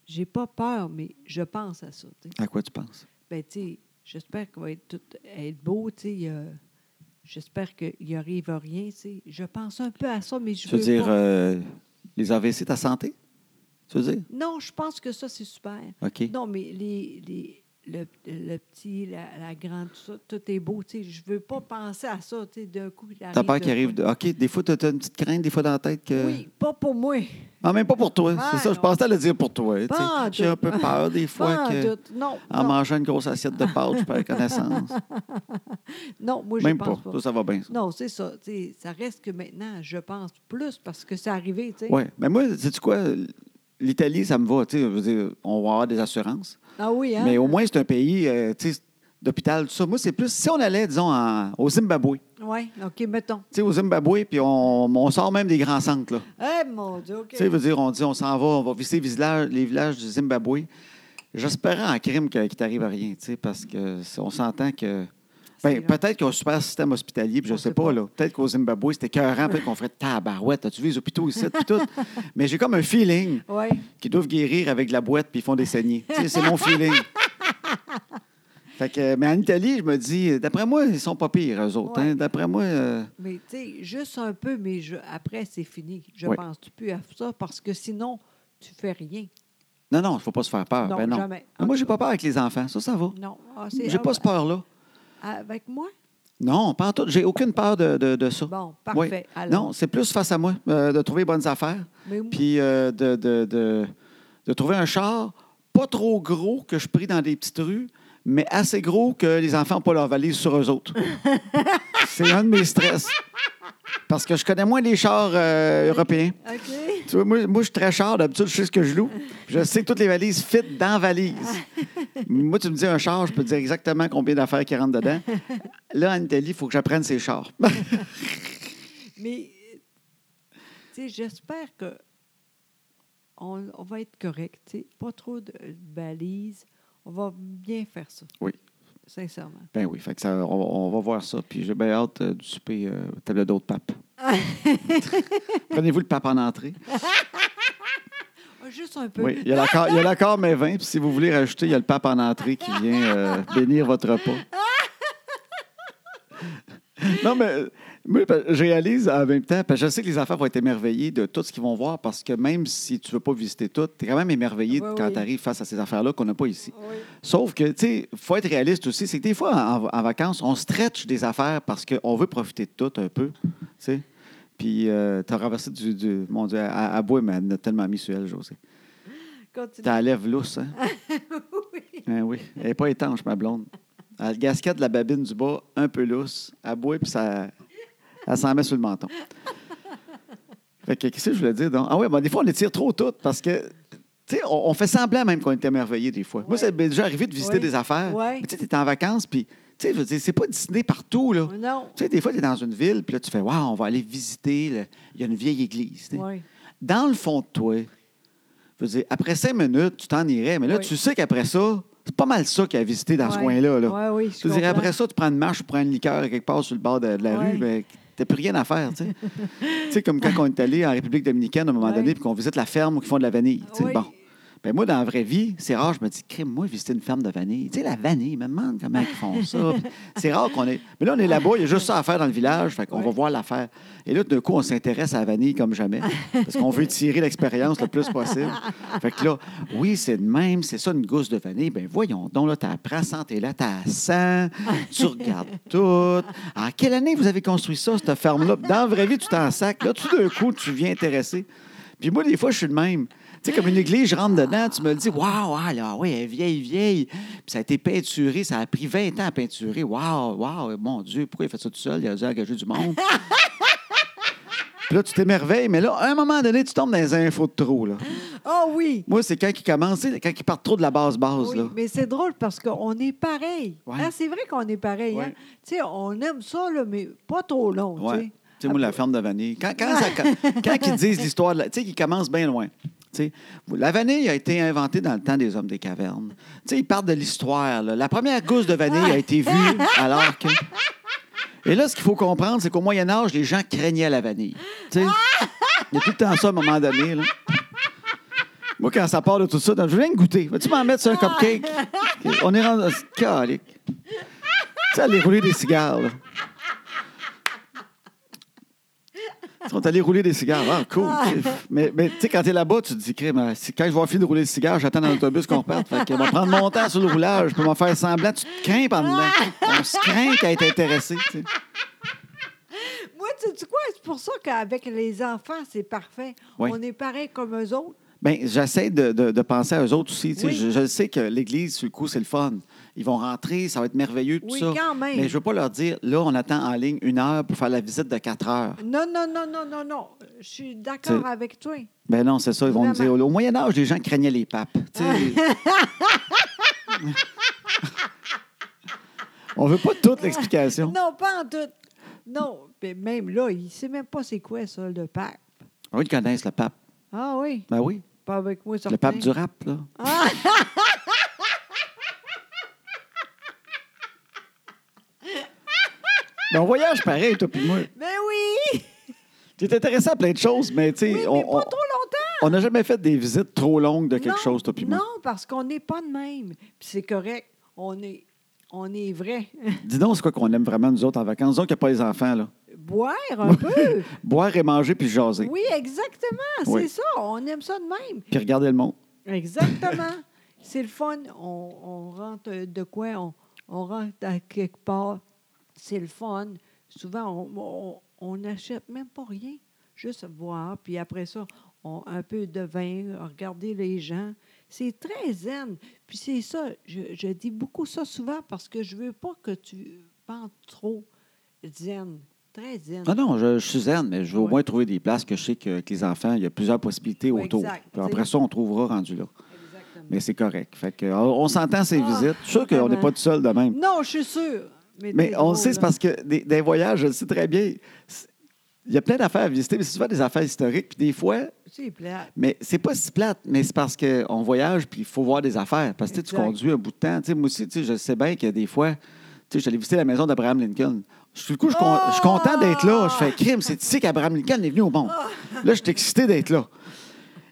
j'ai pas peur, mais je pense à ça. tu sais. À quoi tu penses? Ben, tu sais, j'espère qu'il va être, tout, être beau, tu sais. euh, j'espère qu'il arrive à rien, tu sais. Je pense un peu à ça, mais je Tu veux veux dire pas- euh, les AVC, ta santé? Tu veux dire? Non, je pense que ça, c'est super. OK. Non, mais les, les- le, le petit, la, la grande, tout, ça, tout est beau. Tu sais, je veux pas penser à ça, tu sais, d'un coup. il T'as peur de qu'il arrive. De... OK, des fois, t'as as une petite crainte, des fois, dans la tête que. Oui, pas pour moi. Ah, même pas pour toi. Ouais, c'est ça, je non. pensais à le dire pour toi. tu sais. Pas en J'ai tout. un peu peur des fois Pas en que. doute. Non, En non, mangeant une grosse assiette de pâtes, je perds connaissance. non, moi, je Même pas. pense pas. Toi, ça va bien. ça. Non, c'est ça. tu sais, Ça reste que maintenant, je pense plus parce que c'est arrivé. tu sais. Oui. Mais moi, sais-tu quoi? L'Italie, ça me va. tu sais, Je veux dire, on va avoir des assurances. Ah oui, hein? Mais au moins, c'est un pays euh, tu sais, d'hôpital, tout ça. Moi, c'est plus si on allait, disons, en- au Zimbabwe. Oui, OK, mettons. Tu sais, au Zimbabwe, puis on, on sort même des grands centres. Là. Eh, mon Dieu, OK. Tu sais, je veux dire, on dit, on s'en va, on va visiter les villages, les villages du Zimbabwe. J'espérais en crime que- qu'il t'arrive à rien, tu sais, parce que c'est- on s'entend que. C'est Ben, grave. peut-être qu'ils ont un super système hospitalier, puis je On sais sait pas, pas. là. Peut-être qu'au Zimbabwe, c'était écœurant, peut-être qu'on ferait tabarouette. As-tu vu les hôpitaux ici, puis tout? Mais j'ai comme un feeling Oui. qu'ils doivent guérir avec de la boîte, puis ils font des saignées. Tu sais, c'est mon feeling. Fait que, mais en Italie, je me dis, d'après moi, ils sont pas pires, eux autres. Ouais. hein. D'après moi, euh, Mais tu sais, juste un peu, mais je- après, c'est fini. Je Oui. pense plus à ça parce que sinon, tu fais rien. non, non, il faut pas se faire peur. Non, ben, non. jamais. Mais Moi, En j'ai tout cas. pas peur avec les enfants. Ça, ça va. Non. Ah, c'est- J'ai pas ce peur-là. Avec moi? Non, pas en tout. J'ai aucune peur de, de- de ça. Bon, Oui. parfait. Alors, Non, c'est plus face à moi, euh, de trouver les bonnes affaires, mais moi- puis euh, de, de- de- de trouver un char pas trop gros que je prie dans des petites rues, mais assez gros que les enfants n'ont pas leur valise sur eux autres. c'est un de mes stress. Parce que je connais moins les chars euh, européens. OK. Tu vois, moi, moi, je suis très char. D'habitude, je sais ce que je loue. Je sais que toutes les valises fit dans la valise. moi, tu me dis un char, je peux te dire exactement combien d'affaires qui rentrent dedans. Là, en Italie, il faut que j'apprenne ces chars. Mais, euh, tu sais, j'espère que on, on va être correct. tu sais. Pas trop de de balises. On va bien faire ça. Oui. Sincèrement. ben oui, fait que ça, on, on va voir ça. Puis j'ai bien hâte euh, du souper euh, table d'autres papes. Prenez-vous le pape en entrée. Ah, Juste un peu. Oui, il y a l'accord- il y a l'accord mais 20. Puis si vous voulez rajouter, il y a le pape en entrée qui vient euh, bénir votre repas. Non, mais euh, moi, pa- je réalise en même temps, parce que je sais que les enfants vont être émerveillés de tout ce qu'ils vont voir, parce que même si tu ne veux pas visiter tout, tu es quand même émerveillé Oui, quand oui. tu arrives face à ces affaires-là qu'on n'a pas ici. Oui. Sauf que, tu sais, faut être réaliste aussi. C'est que des fois, en, en vacances, on stretch des affaires parce qu'on veut profiter de tout un peu. Tu sais. Puis, euh, t'as renversé du, du- Mon Dieu, à, à bois, mais elle en a tellement mis sur elle, José. Continue. T'as la lèvre lousse, hein? Hein, oui. Elle n'est pas étanche, ma blonde. Elle le gasquette de la babine du bas, un peu lousse, à bois, puis ça. Elle s'en met sur le menton. Fait que, qu'est-ce que je voulais dire? Donc? Ah oui, ben, des fois, on étire trop tout parce que. Tu sais, on, on fait semblant même qu'on est émerveillé des fois. Moi, Ouais. ça m'est déjà arrivé de visiter Ouais. des affaires. Ouais. Mais tu sais, t'es en vacances, puis. Tu sais, je veux dire, c'est pas Disney partout, là. Non. Tu sais, des fois, t'es dans une ville, puis là, tu fais, waouh, on va aller visiter, le- il y a une vieille église. tu sais Oui. dans le fond de toi, je veux dire, après cinq minutes, tu t'en irais, mais là, Oui. tu sais qu'après ça, c'est pas mal ça qu'il a visité dans ce Ouais. coin-là. Là. Ouais, oui, je je veux dire, comprends. après ça, tu prends une marche, tu prends une liqueur quelque part sur le bord de, de la Ouais. rue, mais t'as plus rien à faire, tu sais. tu sais, comme quand on est allé en République dominicaine à un moment Ouais. donné, puis qu'on visite la ferme ou qu'ils font de la vanille. tu sais, Oui. Bon. Fait que moi, dans la vraie vie, c'est rare, je me dis, crime, moi, visiter une ferme de vanille. Tu sais, la vanille, me demande comment ils font ça. Puis c'est rare qu'on est. Mais là, on est là-bas, il y a juste ça à faire dans le village, fait qu'on Ouais. va voir l'affaire. Et là, d'un coup, on s'intéresse à la vanille comme jamais, parce qu'on veut tirer l'expérience le plus possible. Fait que là, oui, c'est de même, c'est ça une gousse de vanille. Ben voyons donc, là, t'as la prassante et là, t'as la 100, tu regardes tout. En quelle année vous avez construit ça, cette ferme-là? Puis Dans la vraie vie, tu t'en sacs. Là, tout d'un coup, tu viens intéressé. Puis moi, des fois, je suis le même. Tu sais, comme une église, je rentre dedans, tu me le dis, waouh, ah, là, oui, elle est vieille, vieille. Puis ça a été peinturé, ça a pris 20 ans à peinturer. Waouh, waouh, mon Dieu, pourquoi il a fait ça tout seul? Il a dû engager du monde. Puis là, tu t'émerveilles, mais là, à un moment donné, tu tombes dans les infos de trop, là. Ah oui! Moi, c'est quand ils commencent, tu sais, quand ils partent trop de la base-base, Oui, là. mais c'est drôle parce qu'on est pareil. Ouais. Hein, c'est vrai qu'on est pareil. hein. Ouais. Tu sais, on aime ça, là, mais pas trop long. tu Ouais. sais. Tu sais, moi, la ferme de vanille. Quand, quand, ça- quand- quand ils disent l'histoire, de la- tu sais, ils commencent bien loin. Tu sais, La vanille a été inventée dans le temps des hommes des cavernes. Tu sais, ils parlent de l'histoire. là. La première gousse de vanille a été vue alors que. Et là, ce qu'il faut comprendre, c'est qu'au Moyen Âge, les gens craignaient la vanille. Tu sais, il y a tout le temps ça à un moment donné. là. Moi, quand ça part de tout ça, je viens de goûter. Vas-tu m'en mettre sur un cupcake? On est rendu. Ah, Calique. Tu sais, aller rouler des cigares. là. Ils sont allés rouler des cigares. Ah, cool. tu sais. Mais, mais tu sais, quand t'es là-bas, tu te dis, crème, euh, si- quand je vais finir de rouler le cigare, j'attends dans l'autobus qu'on reparte. Fait que, va prendre mon temps sur le roulage, je peux m'en faire semblant. Tu te crains pendant. Ah. On se craint qu'à être intéressé. tu sais. Moi, tu sais quoi? C'est pour ça qu'avec les enfants, c'est parfait. Oui. On est pareil comme eux autres. Ben, j'essaie de, de- de penser à eux autres aussi. tu sais. Oui. Je, je sais que l'Église, sur le coup, c'est le fun. Ils vont rentrer, ça va être merveilleux, tout Oui, ça. quand même. Mais je ne veux pas leur dire, là, on attend en ligne une heure pour faire la visite de quatre heures. Non, non, non, non, non, non. Je suis d'accord C'est- avec toi. Ben non, c'est ça. Ils vont nous dire, Vraiment. au Moyen Âge, les gens craignaient les papes. Tu sais. on veut pas toute l'explication. Non, pas en tout. Non, mais même là, il ne sait même pas c'est quoi ça, le pape. Oui, ils connaissent le pape. Ah oui, Ben oui, pas avec moi, le pape certain. du rap, là. Ben, on voyage pareil, toi puis moi. Mais oui! T'es intéressé à plein de choses, mais tu sais, Oui, mais on- on pas trop longtemps! on n'a jamais fait des visites trop longues de quelque Non, chose, toi puis moi. Non, parce qu'on n'est pas de même. Puis c'est correct. On est, on est vrai. Dis donc, c'est quoi qu'on aime vraiment, nous autres, en vacances? Disons qu'il n'y a pas les enfants, là. Boire un peu. Boire et manger, puis jaser. Oui, exactement. C'est Oui. ça. On aime ça de même. Puis regarder le monde. Exactement. c'est le fun. On, on rentre euh, de quoi? On, on rentre à quelque part. C'est le fun. Souvent, on- on n'achète même pas rien. Juste boire, puis après ça, on- un peu de vin, regarder les gens. C'est très zen. Puis c'est ça, je, je dis beaucoup ça souvent parce que je veux pas que tu penses trop zen. Très zen. Ah non, je, je suis zen, mais je veux au Ouais. moins trouver des places que je sais que, avec les enfants, il y a plusieurs possibilités Ouais, autour. exact. Puis après ça, on trouvera rendu là. Exactement. Mais c'est correct. Fait que, on on s'entend ces Ah, visites. Je suis sûr qu'on n'est vraiment. pas tout seul de même. Non, je suis sûre. Mais, Mais t'es on drôle, le sait, c'est là. parce que des, des voyages, je le sais très bien, c'est- il y a plein d'affaires à visiter, mais c'est souvent des affaires historiques. Puis des fois, C'est plate. mais c'est pas si plate, mais c'est parce qu'on voyage puis il faut voir des affaires. Parce que tu sais, tu Exact. conduis un bout de temps. Tu sais, moi aussi, tu sais, je sais bien que des fois, tu sais, j'allais visiter la maison d'Abraham Lincoln. Je suis, le coup, je, suis con- je suis content d'être là. Je fais crime, c'est ici qu'Abraham Lincoln est venu au monde. Là, je suis excité d'être là.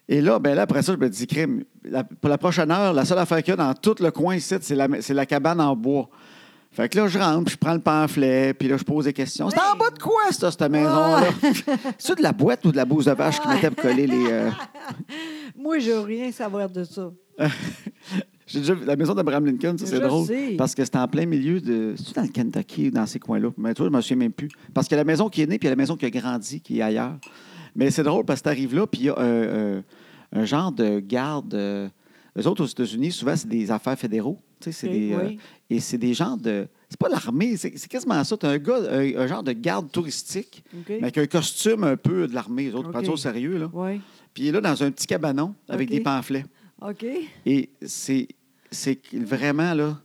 Et là, ben là, après ça, je me dis, crime, la- pour la prochaine heure, la seule affaire qu'il y a dans tout le coin ici, c'est la, c'est la cabane en bois. Fait que là, je rentre, puis je prends le pamphlet, puis là, je pose des questions. C'est en Ouais. bas de quoi, ça, cette maison-là? C'est de la boîte ou de la bouse de vache qui mettait pour coller les. euh, Moi, je veux rien savoir de ça. J'ai déjà vu la maison d'Abraham Lincoln, ça, c'est Je drôle. sais. Parce que c'était en plein milieu de. C'est-tu dans le Kentucky, dans ces coins-là? Mais tu vois, je me souviens même plus. Parce que la maison qui est née, puis il y a la maison qui a grandi, qui est ailleurs. Mais c'est drôle parce que tu arrives là, puis il y a un, euh, un genre de garde. euh, Eux autres, aux États-Unis, souvent, c'est des affaires fédéraux. Tu sais, c'est Ok, des, euh, oui. et c'est des genres de. C'est pas l'armée, c'est c'est quasiment ça. T'as un gars, un, un genre de garde touristique, OK? mais avec un costume un peu de l'armée. Les autres, Ok. pas au sérieux, là. Oui. Puis il est là dans un petit cabanon avec Ok. des pamphlets. OK. Et c'est c'est que vraiment, là,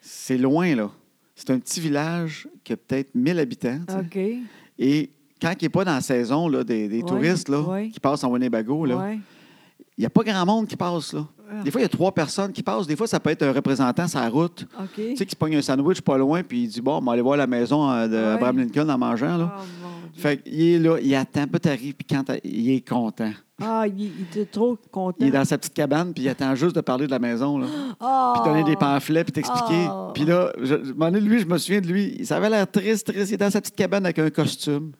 c'est loin, là. C'est un petit village qui a peut-être 1000 habitants. tu sais. OK. Et quand il n'est pas dans la saison là, des, des Ouais, touristes là, ouais. qui passent en Winnebago, là, il Ouais. n'y a pas grand monde qui passe. Là. Ah. hein. Des fois, il y a trois personnes qui passent. Des fois, ça peut être un représentant sur la route. Tu Ah, OK. sais, qui se pogne un sandwich pas loin, puis il dit Bon, on va aller voir la maison euh, Ouais. d'Abraham Lincoln en mangeant. Là. Oh, Ah, mon Dieu. Fait qu'il est là, il attend, puis t'arrives, puis quand t'as- il est content. Ah, il, il était trop content. Il est dans sa petite cabane, puis il attend juste de parler de la maison. Là. Ah! Puis donner des pamphlets, puis t'expliquer. Oh. Puis là, je, je- un moment donné, lui, je me souviens de lui. Ça avait l'air triste, triste. Il était dans sa petite cabane avec un costume.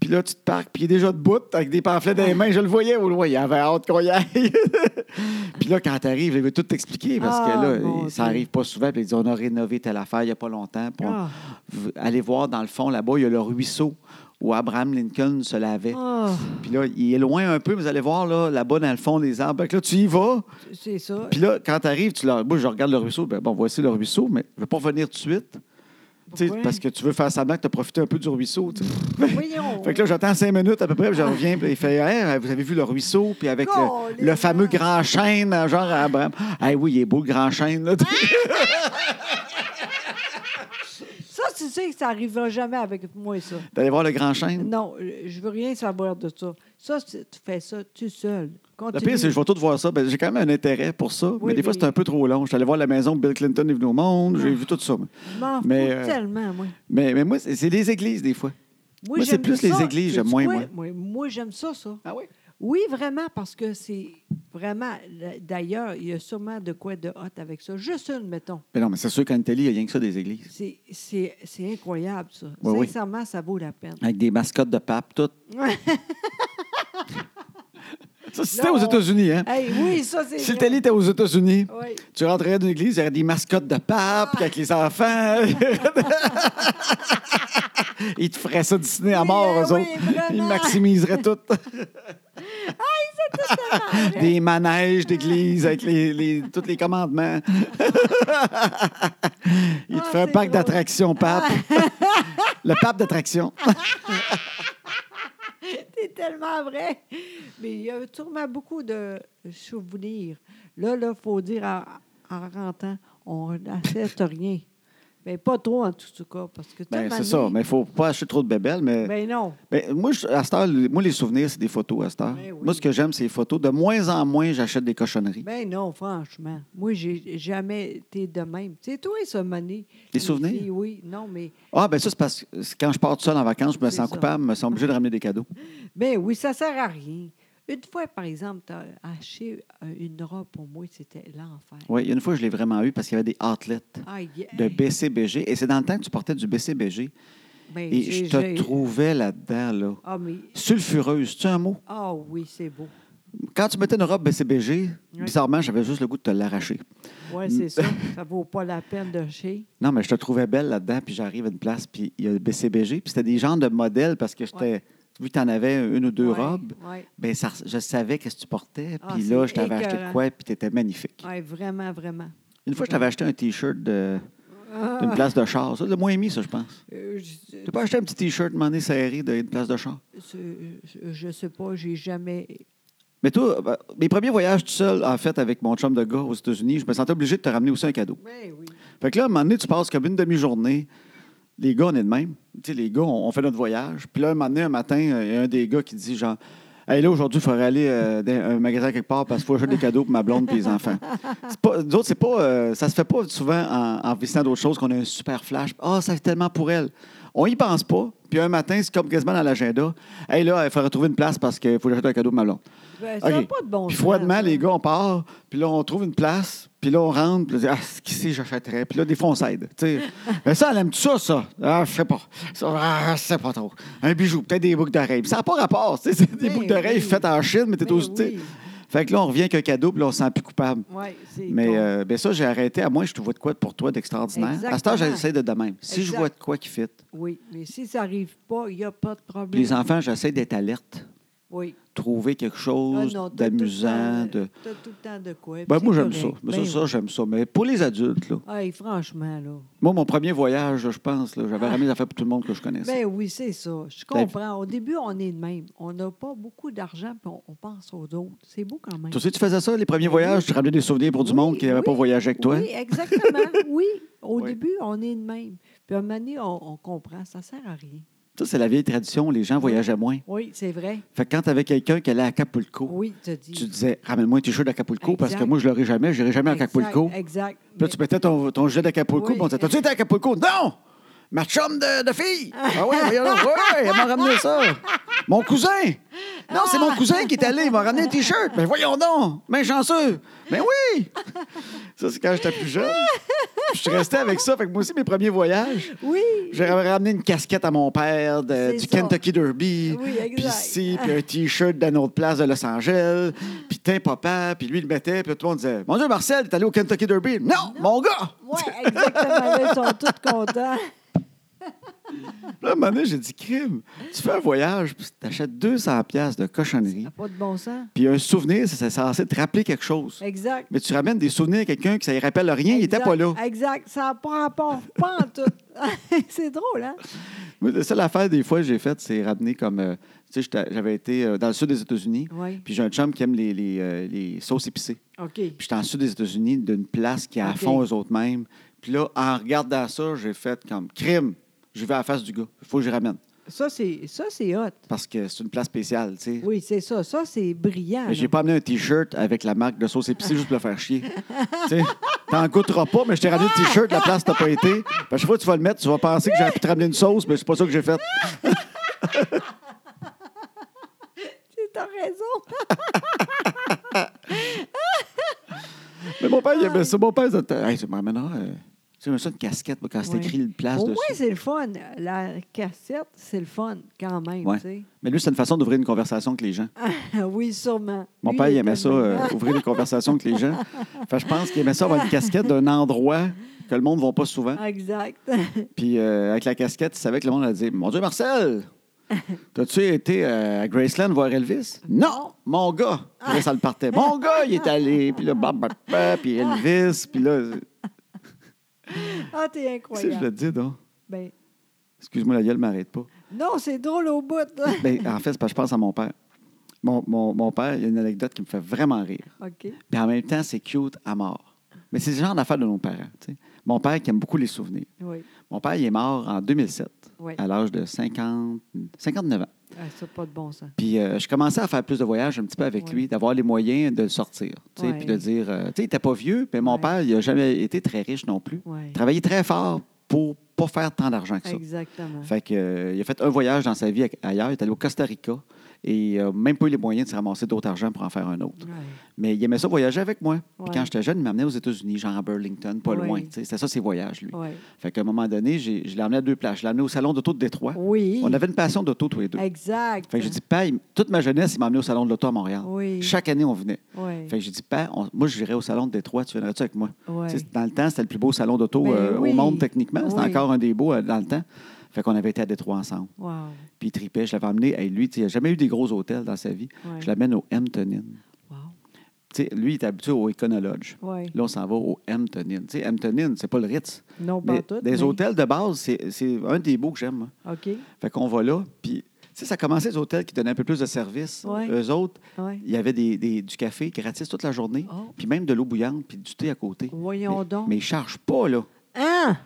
Puis là, tu te parques, puis il est déjà debout, avec des pamphlets dans les mains. Je le voyais au loin. Il avait hâte qu'on y aille. puis là, quand t'arrives, il veut tout t'expliquer, parce que Ah, là, mon il- ça Dieu. arrive pas souvent. Puis il dit, on a rénové telle affaire il n'y a pas longtemps. Puis on- Ah. v- allez voir dans le fond, là-bas, il y a le ruisseau où Abraham Lincoln se lavait. Ah, Puis là, il est loin un peu, mais vous allez voir là, là-bas dans le fond des arbres. Fait que là, tu y vas. c'est ça. Puis là, quand tu arrives, tu leur... moi, je regarde le ruisseau. Ben, bon, voici le ruisseau, mais je ne veux pas venir tout de suite. Tu sais, Pourquoi? Parce que tu veux faire semblant que tu as profité un peu du ruisseau. tu sais. Voyons. Fait que là, j'attends cinq minutes à peu près, puis je reviens. Puis il fait Hey, Vous avez vu le ruisseau, puis avec le, le fameux grand chêne, hein, genre à Abraham. Hey, oui, il est beau le grand chêne. Là. Hein? Ça, tu sais que ça n'arrivera jamais avec moi, ça. D'aller voir le grand chêne. Non, je veux rien savoir de ça. Ça, c'est- tu fais ça tout seul. Le Continue. pire, c'est que je vais tout voir ça. Ben, j'ai quand même un intérêt pour ça, mais Oui, Ah. des fois, mais- c'est un peu trop long. Je suis allé voir la maison que Bill Clinton est venu au monde, j'ai vu tout ça. Je m'en fous Mais, euh, tellement, moi. Mais, mais moi, c'est c'est les églises, des fois. moi, c'est j'aime plus les églises, j'aime Sais-tu moins, quoi? moi. Moi, moi, j'aime ça, ça. Ah oui? Oui, vraiment, parce que c'est vraiment. D'ailleurs, il y a sûrement de quoi de hot avec ça. Juste une, mettons. Mais non, mais c'est sûr qu'en Italie, il n'y a rien que ça des églises. C'est- C'est c'est incroyable, ça. Oui, oui. Sincèrement, ça vaut la peine. Avec des mascottes de pape, tout. ça, c'était Non. aux États-Unis, hein? Hey, oui, ça, c'est. Si vrai. l'Italie était aux États-Unis, Oui. tu rentrais dans une église, il y avait des mascottes de pape, puis avec les enfants. Ils te feraient ça dessiner à Oui, mort, euh, eux oui, autres. Ils vraiment. maximiseraient tout. des manèges d'église avec les, les- tous les commandements. Ils te Ah, feraient un c'est parc drôle. d'attractions, pape. Le pape d'attraction. C'est tellement vrai. Mais il y a sûrement beaucoup de souvenirs. Là, il faut dire en, en rentrant, on n'achète rien. Mais pas trop, en tout cas, parce que... tu sais, Ben, c'est Mané, ça, mais il ne faut pas acheter trop de bébelles. Mais, Ben non. Ben, moi, je- à cette heure, moi, les souvenirs, c'est des photos à cette heure. Ben oui. Moi, ce que j'aime, c'est les photos. De moins en moins, j'achète des cochonneries. Ben non, franchement. Moi, j'ai jamais été de même. C'est toi, ça, Mané. Les souvenirs? filles, Oui, non, mais... Ah, ben ça, c'est parce que c'est quand je pars tout seul en vacances, je me C'est sens ça. coupable, je me sens obligé de ramener des cadeaux. Ben oui, ça sert à rien. Une fois, par exemple, tu as acheté euh, une robe pour moi, c'était l'enfer. Oui, il y a une fois, je l'ai vraiment eu parce qu'il y avait des outlets Ah, yeah. de BCBG. Et c'est dans le temps que tu portais du BCBG. Ben, Et j'ai- je te j'ai- trouvais là-dedans, là. Ah, mais... Sulfureuse, c'est un mot. Ah oui, c'est beau. Quand tu mettais une robe BCBG, Oui. bizarrement, j'avais juste le goût de te l'arracher. Oui, c'est ça. Ça vaut pas la peine de chier. Non, mais je te trouvais belle là-dedans, puis j'arrive à une place, puis il y a le BCBG, puis c'était des genres de modèles parce que j'étais. Vu que tu en avais une ou deux Ouais, robes, ouais. ben ça, je savais qu'est-ce que tu portais, Ah, puis c'est là, je t'avais acheté de écœurant. quoi, puis tu étais magnifique. Ouais, vraiment, vraiment. Une fois, je t'avais acheté un T-shirt de- Ah. d'une place de char. Ça, le moins mis, ça, je pense. Euh, je, Tu pas acheté un petit T-shirt mané serré d'une place de char. je- je- je sais pas, j'ai jamais. Mais toi, ben, mes premiers voyages tout seul, en fait, avec mon chum de gars aux États-Unis, je me sentais obligé de te ramener aussi un cadeau. Ben oui. Fait que là, à un moment donné, tu passes comme une demi-journée. Les gars, on est de même. Tu sais, les gars, on, on fait notre voyage. Puis là, un moment donné, un matin, euh, il y a un des gars qui dit genre, Hey, là, aujourd'hui, il faudrait aller euh, dans un magasin quelque part parce qu'il faut acheter des cadeaux pour ma blonde et les enfants. C'est Pas, nous autres, c'est pas, euh, ça se fait pas souvent en, en visitant d'autres choses qu'on a un super flash. Ah, ça fait tellement pour elle. On y pense pas. Puis un matin, c'est comme quasiment dans l'agenda. Hey, là, il faudrait trouver une place parce qu'il faut que j'achète un cadeau pour ma blonde. Ben, ça n'a OK. pas de bon Puis sens, hein. froidement, ça. les gars, on part, puis là, on trouve une place, puis là, on rentre, puis là, on dit, ah, c'est qui c'est, j'achèterais. Puis là, des fois, on s'aide. tu sais. Mais ça, elle aime ça, ça. Ah, je sais pas. Ça, ah, je sais pas trop. Un bijou, peut-être des boucles d'oreilles. Puis ça n'a pas rapport, tu sais. C'est des Ben boucles d'oreilles oui. faites en Chine, mais t'es Ben aux- tu sais. oui. Fait que là, on revient avec un cadeau, puis là, on se sent plus coupable. Ouais, c'est Mais con. euh, ben ça, j'ai arrêté. À moins, je te vois de quoi pour toi d'extraordinaire. À ce temps, Exactement. j'essaie de de même. Si je Exact. vois de quoi qui fit, Oui, mais si ça n'arrive pas, il n'y a pas de problème. les enfants, j'essaie d'être alerte, Oui. trouver quelque Ah chose non, t'as tout le d'amusant, temps- de. T'as tout le temps de quoi. Ben, puis moi, c'est j'aime ça. correct. Mais Ben ça, ça, oui. j'aime ça. Mais pour les adultes, là. Hey, franchement, là. Moi, mon premier voyage, je pense, là, j'avais ramené des affaires pour tout le monde que je connaissais. Ah. Ben oui, c'est ça. Je comprends. Au début, on est de même. On n'a pas beaucoup d'argent, puis on, on pense aux autres. C'est beau quand même. Tu sais, tu faisais ça, les premiers voyages, tu ramenais des souvenirs pour du Oui, monde qui n'avait oui, pas voyagé avec toi. hein? Oui, exactement. oui. Au Oui. début, on est de même. Puis à un moment donné, on, on comprend, ça ne sert à rien. Ça, c'est la vieille tradition, les gens voyageaient moins. Oui, c'est vrai. Fait que quand t'avais quelqu'un qui allait à Acapulco, Oui, tu as dit. tu disais, ramène-moi un t-shirt d'Acapulco parce que Exact. moi, je l'aurai jamais, j'irai jamais à Acapulco. Exact. exact. Puis là, tu mettais ton, ton gilet d'Acapulco, Oui. puis on disait T'as-tu été à Acapulco Non Ma chum de, de fille Ah ouais, voyons donc, ouais, ouais, elle m'a ramené ça Mon cousin Non, c'est mon cousin qui est allé, il m'a ramené un T-shirt. Mais voyons donc, mais chanceux. Mais oui! Ça, c'est quand j'étais plus jeune. Je suis resté avec ça. Fait que moi aussi, mes premiers voyages, Oui. j'avais ramené une casquette à mon père C'est de- du ça. Kentucky Derby. Oui, exact. Puis ici, puis un T-shirt d'un autre place de Los Angeles. Puis t'es papa, puis lui, il le mettait. Puis tout le monde disait, mon Dieu, Marcel, t'es allé au Kentucky Derby. Non, mon gars! Oui, exactement. Là, ils sont tous contents. Là, à un moment donné, j'ai dit, crime, tu fais un voyage, puis t'achètes 200 pièces de cochonnerie. Ça n'a pas de bon sens. Puis un souvenir, ça, c'est censé te rappeler quelque chose. Exact. Mais tu ramènes des souvenirs à quelqu'un qui ça ne rappelle rien, il n'était Exact, pas là. Exact. Ça n'a pas rapport. Pas en tout. c'est drôle, hein? Moi, la seule affaire des fois que j'ai faite, c'est ramener comme. euh, tu sais, j'étais- j'avais été euh, dans le sud des États-Unis, Oui. puis j'ai un chum qui aime les, les, euh, les sauces épicées. OK. Puis j'étais en sud des États-Unis d'une place qui est à OK. fond eux autres mêmes. Puis là, en regardant ça, j'ai fait comme crime. Je vais à la face du gars. Il faut que je ramène. Ça, c'est ça, c'est hot. Parce que c'est une place spéciale, tu sais. Oui, c'est ça. Ça, c'est brillant. Mais j'ai là. pas amené un T-shirt avec la marque de sauce épicée juste pour le faire chier. Tu sais, T'en goûteras pas, mais je t'ai ramené le T-shirt de la place que t'as pas été. Puis À chaque fois que tu vas le mettre, tu vas penser que j'ai pu te ramener une sauce, mais c'est pas ça que j'ai fait. Tu as raison. Mais mon père, il aimait ça. Mon père, il disait, hey, ça me ramènera. euh, Tu sais, mais ça, une casquette, moi, quand c'est Ouais. écrit le place Au moins, dessus. c'est le fun. La cassette, c'est le fun quand même. Ouais. tu sais. Mais lui, c'est une façon d'ouvrir une conversation avec les gens. Ah, oui, sûrement. Mon Lui, père, il est aimait ça, tellement- euh, ouvrir des conversations avec les gens. Fait que je pense qu'il aimait ça avoir une casquette d'un endroit que le monde ne va pas souvent. Exact. Puis euh, avec la casquette, il savait que le monde allait dire Mon Dieu, Marcel, t'as-tu été euh, à Graceland voir Elvis Non, mon gars. Puis là, ça le partait. Mon gars, il est allé. Puis là, bam, bam, bam, puis Elvis. Puis là, Ah, t'es Qu'est-ce que je le incroyable. dis, donc. Ben, Excuse-moi, la gueule m'arrête pas. non, c'est drôle au bout. là. Ben, en fait, c'est parce que je pense à mon père. Mon, mon- mon père, il y a une anecdote qui me fait vraiment rire. OK. Puis en même temps, c'est cute à mort. Mais c'est le genre d'affaire de nos parents. tu sais. Mon père qui aime beaucoup les souvenirs. Oui. Mon père, il est mort en 2007, Oui. à l'âge de 50, 59 ans. Ah, ça, pas de bon sens. Puis euh, je commençais à faire plus de voyages un petit peu avec Ouais. lui, d'avoir les moyens de le sortir. tu sais, Ouais. Puis de dire, euh, tu sais, il n'était pas vieux, mais mon Ouais. père, il n'a jamais été très riche non plus. Oui. Il travaillait très fort pour pas faire tant d'argent que ça. Exactement. Fait que, euh, il a fait un voyage dans sa vie a- ailleurs. Il est allé au Costa Rica et euh, même pas eu les moyens de se ramasser d'autres argent pour en faire un autre. Ouais. Mais il aimait ça voyager avec moi. Puis Ouais. quand j'étais jeune, il m'amenait aux États-Unis, genre à Burlington, pas Ouais. loin. tu sais. C'était ça ses voyages, lui. Ouais. Fait qu'à un moment donné, j'ai- je l'ai emmené à deux places. Je l'ai emmené au salon d'auto de Détroit. Oui. On avait une passion d'auto tous les deux. Exact. Fait que j'ai dit, Père, il- toute ma jeunesse, il m'a emmené au salon de l'auto à Montréal. Oui. Chaque année, on venait. Ouais. Fait que j'ai dit, Père, on- moi, j'irai au salon de Détroit, tu viendrais-tu avec moi? Ouais. Tu sais, Dans le temps, c'était le plus beau salon d'auto Ben euh, oui. au monde, techniquement. C'était Oui. encore un des beaux euh, dans le temps. Fait qu'on avait été à Détroit ensemble. Wow. Puis il tripait, je l'avais emmené. Hey, lui, tu sais, il n'a jamais eu des gros hôtels dans sa vie. Ouais. Je l'amène au Hampton Inn. Wow. Tu sais, lui, il est habitué au Econolodge. Oui. Là, on s'en va au Hampton Inn. Tu sais, Hampton Inn, c'est pas le Ritz. Non, pas Mais en tout. des mais- hôtels de base, c'est c'est un des beaux que j'aime. moi. OK. Fait qu'on va là, puis tu sais, ça commençait les hôtels qui donnaient un peu plus de services. Ouais. Eux autres, Ouais. il y avait des, des- du café gratis toute la journée, Oh. puis même de l'eau bouillante, puis du thé à côté. Voyons mais, donc. Mais ils chargent pas, là. Hein?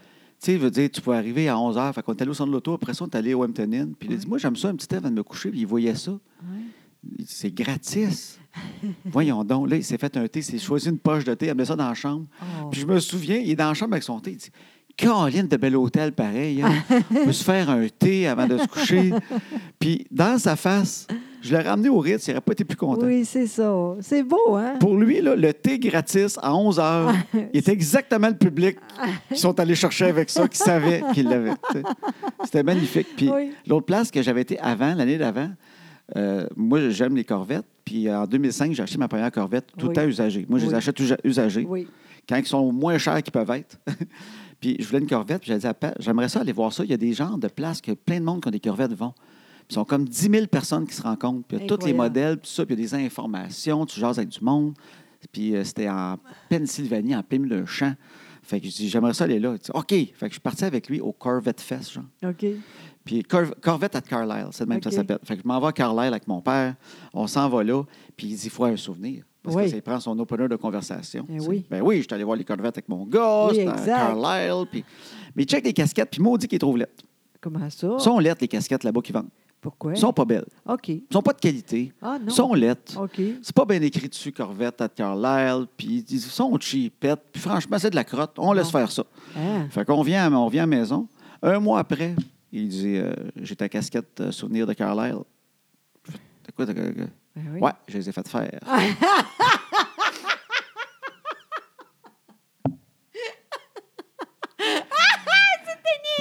Tu sais, veut dire, tu pouvais arriver à 11 h, fait qu'on est allé au centre de l'auto, après ça, on est allé au Hampton Inn, puis il a dit, moi, j'aime ça un petit thé avant de me coucher, puis il voyait ça. Ouais. Il dit, C'est gratis. Voyons donc. Là, il s'est fait un thé, il s'est choisi une poche de thé, il a mis ça dans la chambre. Oh. Puis je me souviens, il est dans la chambre avec son thé. Il dit Caroline de bel hôtel, pareil. hein. On peut se faire un thé avant de se coucher. Puis dans sa face, je l'ai ramené au Ritz, il n'aurait pas été plus content. Oui, c'est ça. C'est beau, hein? Pour lui, là, le thé gratis à 11 heures, il était exactement le public qui sont allés chercher avec ça, qui savait qu'il l'avait. tu sais. C'était magnifique. Puis Oui. l'autre place que j'avais été avant, l'année d'avant, euh, moi, j'aime les corvettes. Puis en 2005, j'ai acheté ma première corvette Oui. tout le temps usagée. Moi, je les Oui. achète usa- usagées Oui. quand ils sont moins chers qu'ils peuvent être. puis je voulais une corvette, puis j'ai dit à Pat, j'aimerais ça aller voir ça. Il y a des genres de places que plein de monde qui ont des corvettes vont. Puis ils sont comme 10 000 personnes qui se rencontrent. Puis il y a tous les Incroyable. modèles, puis ça, puis il y a des informations, tu jases avec du monde. Puis euh, c'était en Pennsylvanie, en plein milieu d'un champ. Fait que je dis, j'aimerais ça aller là. Il dit, OK. Fait que je suis parti avec lui au Corvette Fest, genre. OK. Puis Cor- Corvette à Carlisle, c'est le même que OK. ça s'appelle. Fait que je m'en vais à Carlisle avec mon père. On s'en va là. Puis il dit, il faut un souvenir. Parce Oui. que ça il prend son opener de conversation. Eh tu sais. oui. Ben oui, je suis allé voir les Corvettes avec mon gars, Oui, c'était à exact. Carlisle. Puis... Mais check les casquettes, puis maudit qu'ils trouvent lettres. Comment ça? Sont lettres, les casquettes là-bas qui vendent. Pourquoi? Sont pas belles. OK. Sont pas de qualité. Ah, non. Sont lettres. OK. C'est pas bien écrit dessus, Corvette à Carlisle. Puis ils sont cheapettes. Puis franchement, c'est de la crotte. On laisse Non. faire ça. Hein? Fait qu'on vient, à- on vient à la maison. Un mois après, il dit euh, J'ai ta casquette euh, souvenir de Carlisle. T'as quoi? t'as- t'as- t'as- Ben oui. Ouais, je les ai fait faire.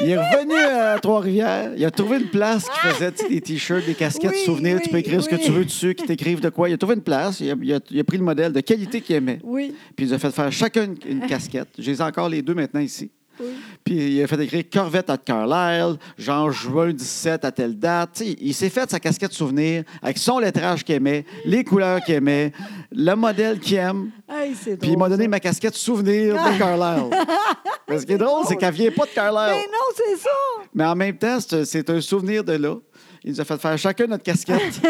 Il est revenu à Trois-Rivières. Il a trouvé une place qui faisait tu sais, des t-shirts, des casquettes, Oui, souvenirs. oui, tu peux écrire ce que oui. tu veux dessus, qu'ils t'écrivent de quoi. Il a trouvé une place. Il a, il a- il a pris le modèle de qualité qu'il aimait. Oui, Puis il nous a fait faire chacun une, une casquette. J'ai encore les deux maintenant ici. oui. Puis il a fait écrire Corvette à Carlisle, genre juin 17 à telle date. Tu sais, il s'est fait sa casquette souvenir avec son lettrage qu'il aimait, les couleurs qu'il aimait, le modèle qu'il aime. Hey, c'est Puis il drôle, m'a donné ça. ma casquette souvenir de Carlisle. Mais ce qui est drôle, c'est qu'elle vient pas de Mais Carlisle. non, c'est ça! Mais en même temps, c'est c'est un souvenir de là. Il nous a fait faire chacun notre casquette.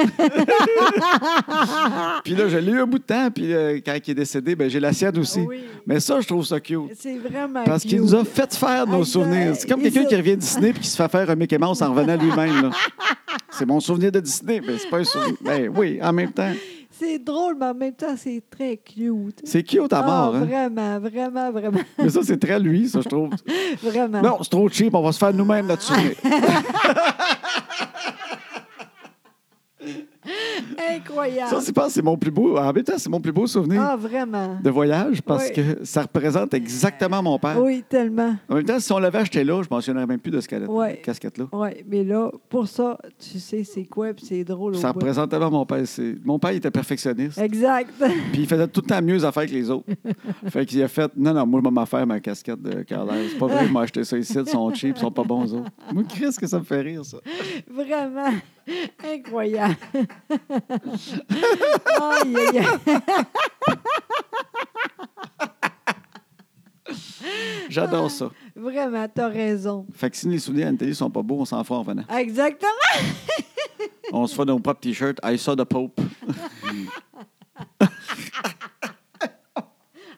puis là, je l'ai eu un bout de temps. Puis euh, quand il est décédé, ben, j'ai la sienne aussi. Oui. Mais ça, je trouve ça cute. C'est vraiment Parce qu'il cute. nous a fait faire nos Exact. souvenirs. C'est comme Et quelqu'un ça- qui revient de Disney et qui se fait faire un Mickey Mouse en revenant lui-même. là. C'est mon souvenir de Disney, mais c'est pas un souvenir. Ben oui, en même temps. C'est drôle, mais en même temps, c'est très cute. C'est cute à Ah, mort. hein. Vraiment, vraiment, vraiment, Mais ça, c'est très lui, ça, je trouve. vraiment. Non, c'est trop cheap, on va se faire nous-mêmes notre souvenir. Ah. Incroyable. Ça, c'est pas, c'est mon plus beau. En même temps, c'est mon plus beau souvenir ah, vraiment. de voyage parce Oui. que ça représente exactement mon père. Oui, tellement. En même temps, si on l'avait acheté là, je mentionnerais même plus de ce qu'elle- Oui. casquette-là. Oui, mais là, pour ça, tu sais c'est quoi, puis c'est drôle. au Ça bout. représente tellement mon père. C'est- Mon père, il était perfectionniste. Exact. Puis il faisait tout le temps mieux les affaires que les autres. fait qu'il a fait Non, non, moi, je vais m'en faire ma casquette de Carlisle. C'est pas vrai, moi, acheté ça ici, ils sont cheap, ils sont pas bons, eux autres. Moi, Chris, que ça me fait rire, ça. Vraiment incroyable. aïe, aïe, aïe. J'adore ça. Vraiment, t'as raison. Fait que si les souvenirs à la télé sont pas beaux, on s'en fout en venant. Exactement. On se fait nos propres t-shirts. I saw the Pope.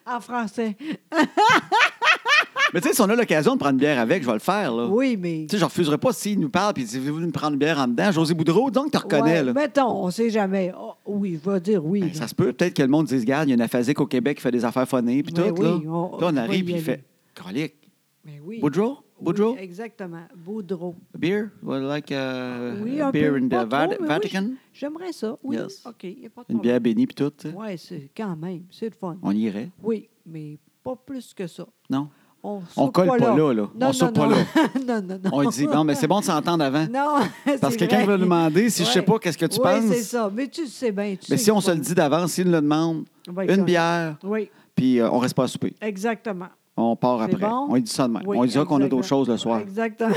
En français. Mais tu sais, si on a l'occasion de prendre une bière avec, je vais le faire, là. Oui, mais. Ah. Tu sais, je refuserai pas s'il nous parle puis il dit Vous voulez me prendre une bière en dedans José Boudreau, donc tu reconnais, Ouais, là. Mettons, on sait jamais. Oh, oui, je vais dire oui. Ben, là. ça se peut. Peut-être que le monde dise Regarde, il y a une aphasique au Québec qui fait des affaires phonées, puis Ouais, tout, Ben oui, là. on- Là, on on va y arrive, puis il aller. fait Colique. Mais oui. Boudreau Boudreau Oui, exactement. Boudreau. A beer? Well, like uh, Oui, a un beer peu. in the Pas Vat- trop, mais oui. Vatican? J'aimerais ça. Oui. Yes. OK, il n'y a pas de Une problème. bière bénie puis tout. tu sais. Oui, c'est quand même. C'est le fun. On y irait, Oui, mais pas plus que ça. non? On On saute colle pas là, là. Non, On non, saute pas non. là. non, non, non. On dit, non, mais c'est bon de s'entendre avant. Non, Parce que c'est quelqu'un vrai. va demander si je sais Ouais. pas qu'est-ce que tu oui, penses. c'est ça. Mais tu le sais bien. tu Mais sais si on que se le pas- dit d'avance, s'il le demande, Ouais, une correct. bière, Oui, puis euh, on reste pas à souper. exactement. On part C'est après. bon? On lui dit ça de même. Oui, on lui dira qu'on a exactement. d'autres choses le soir. Exactement.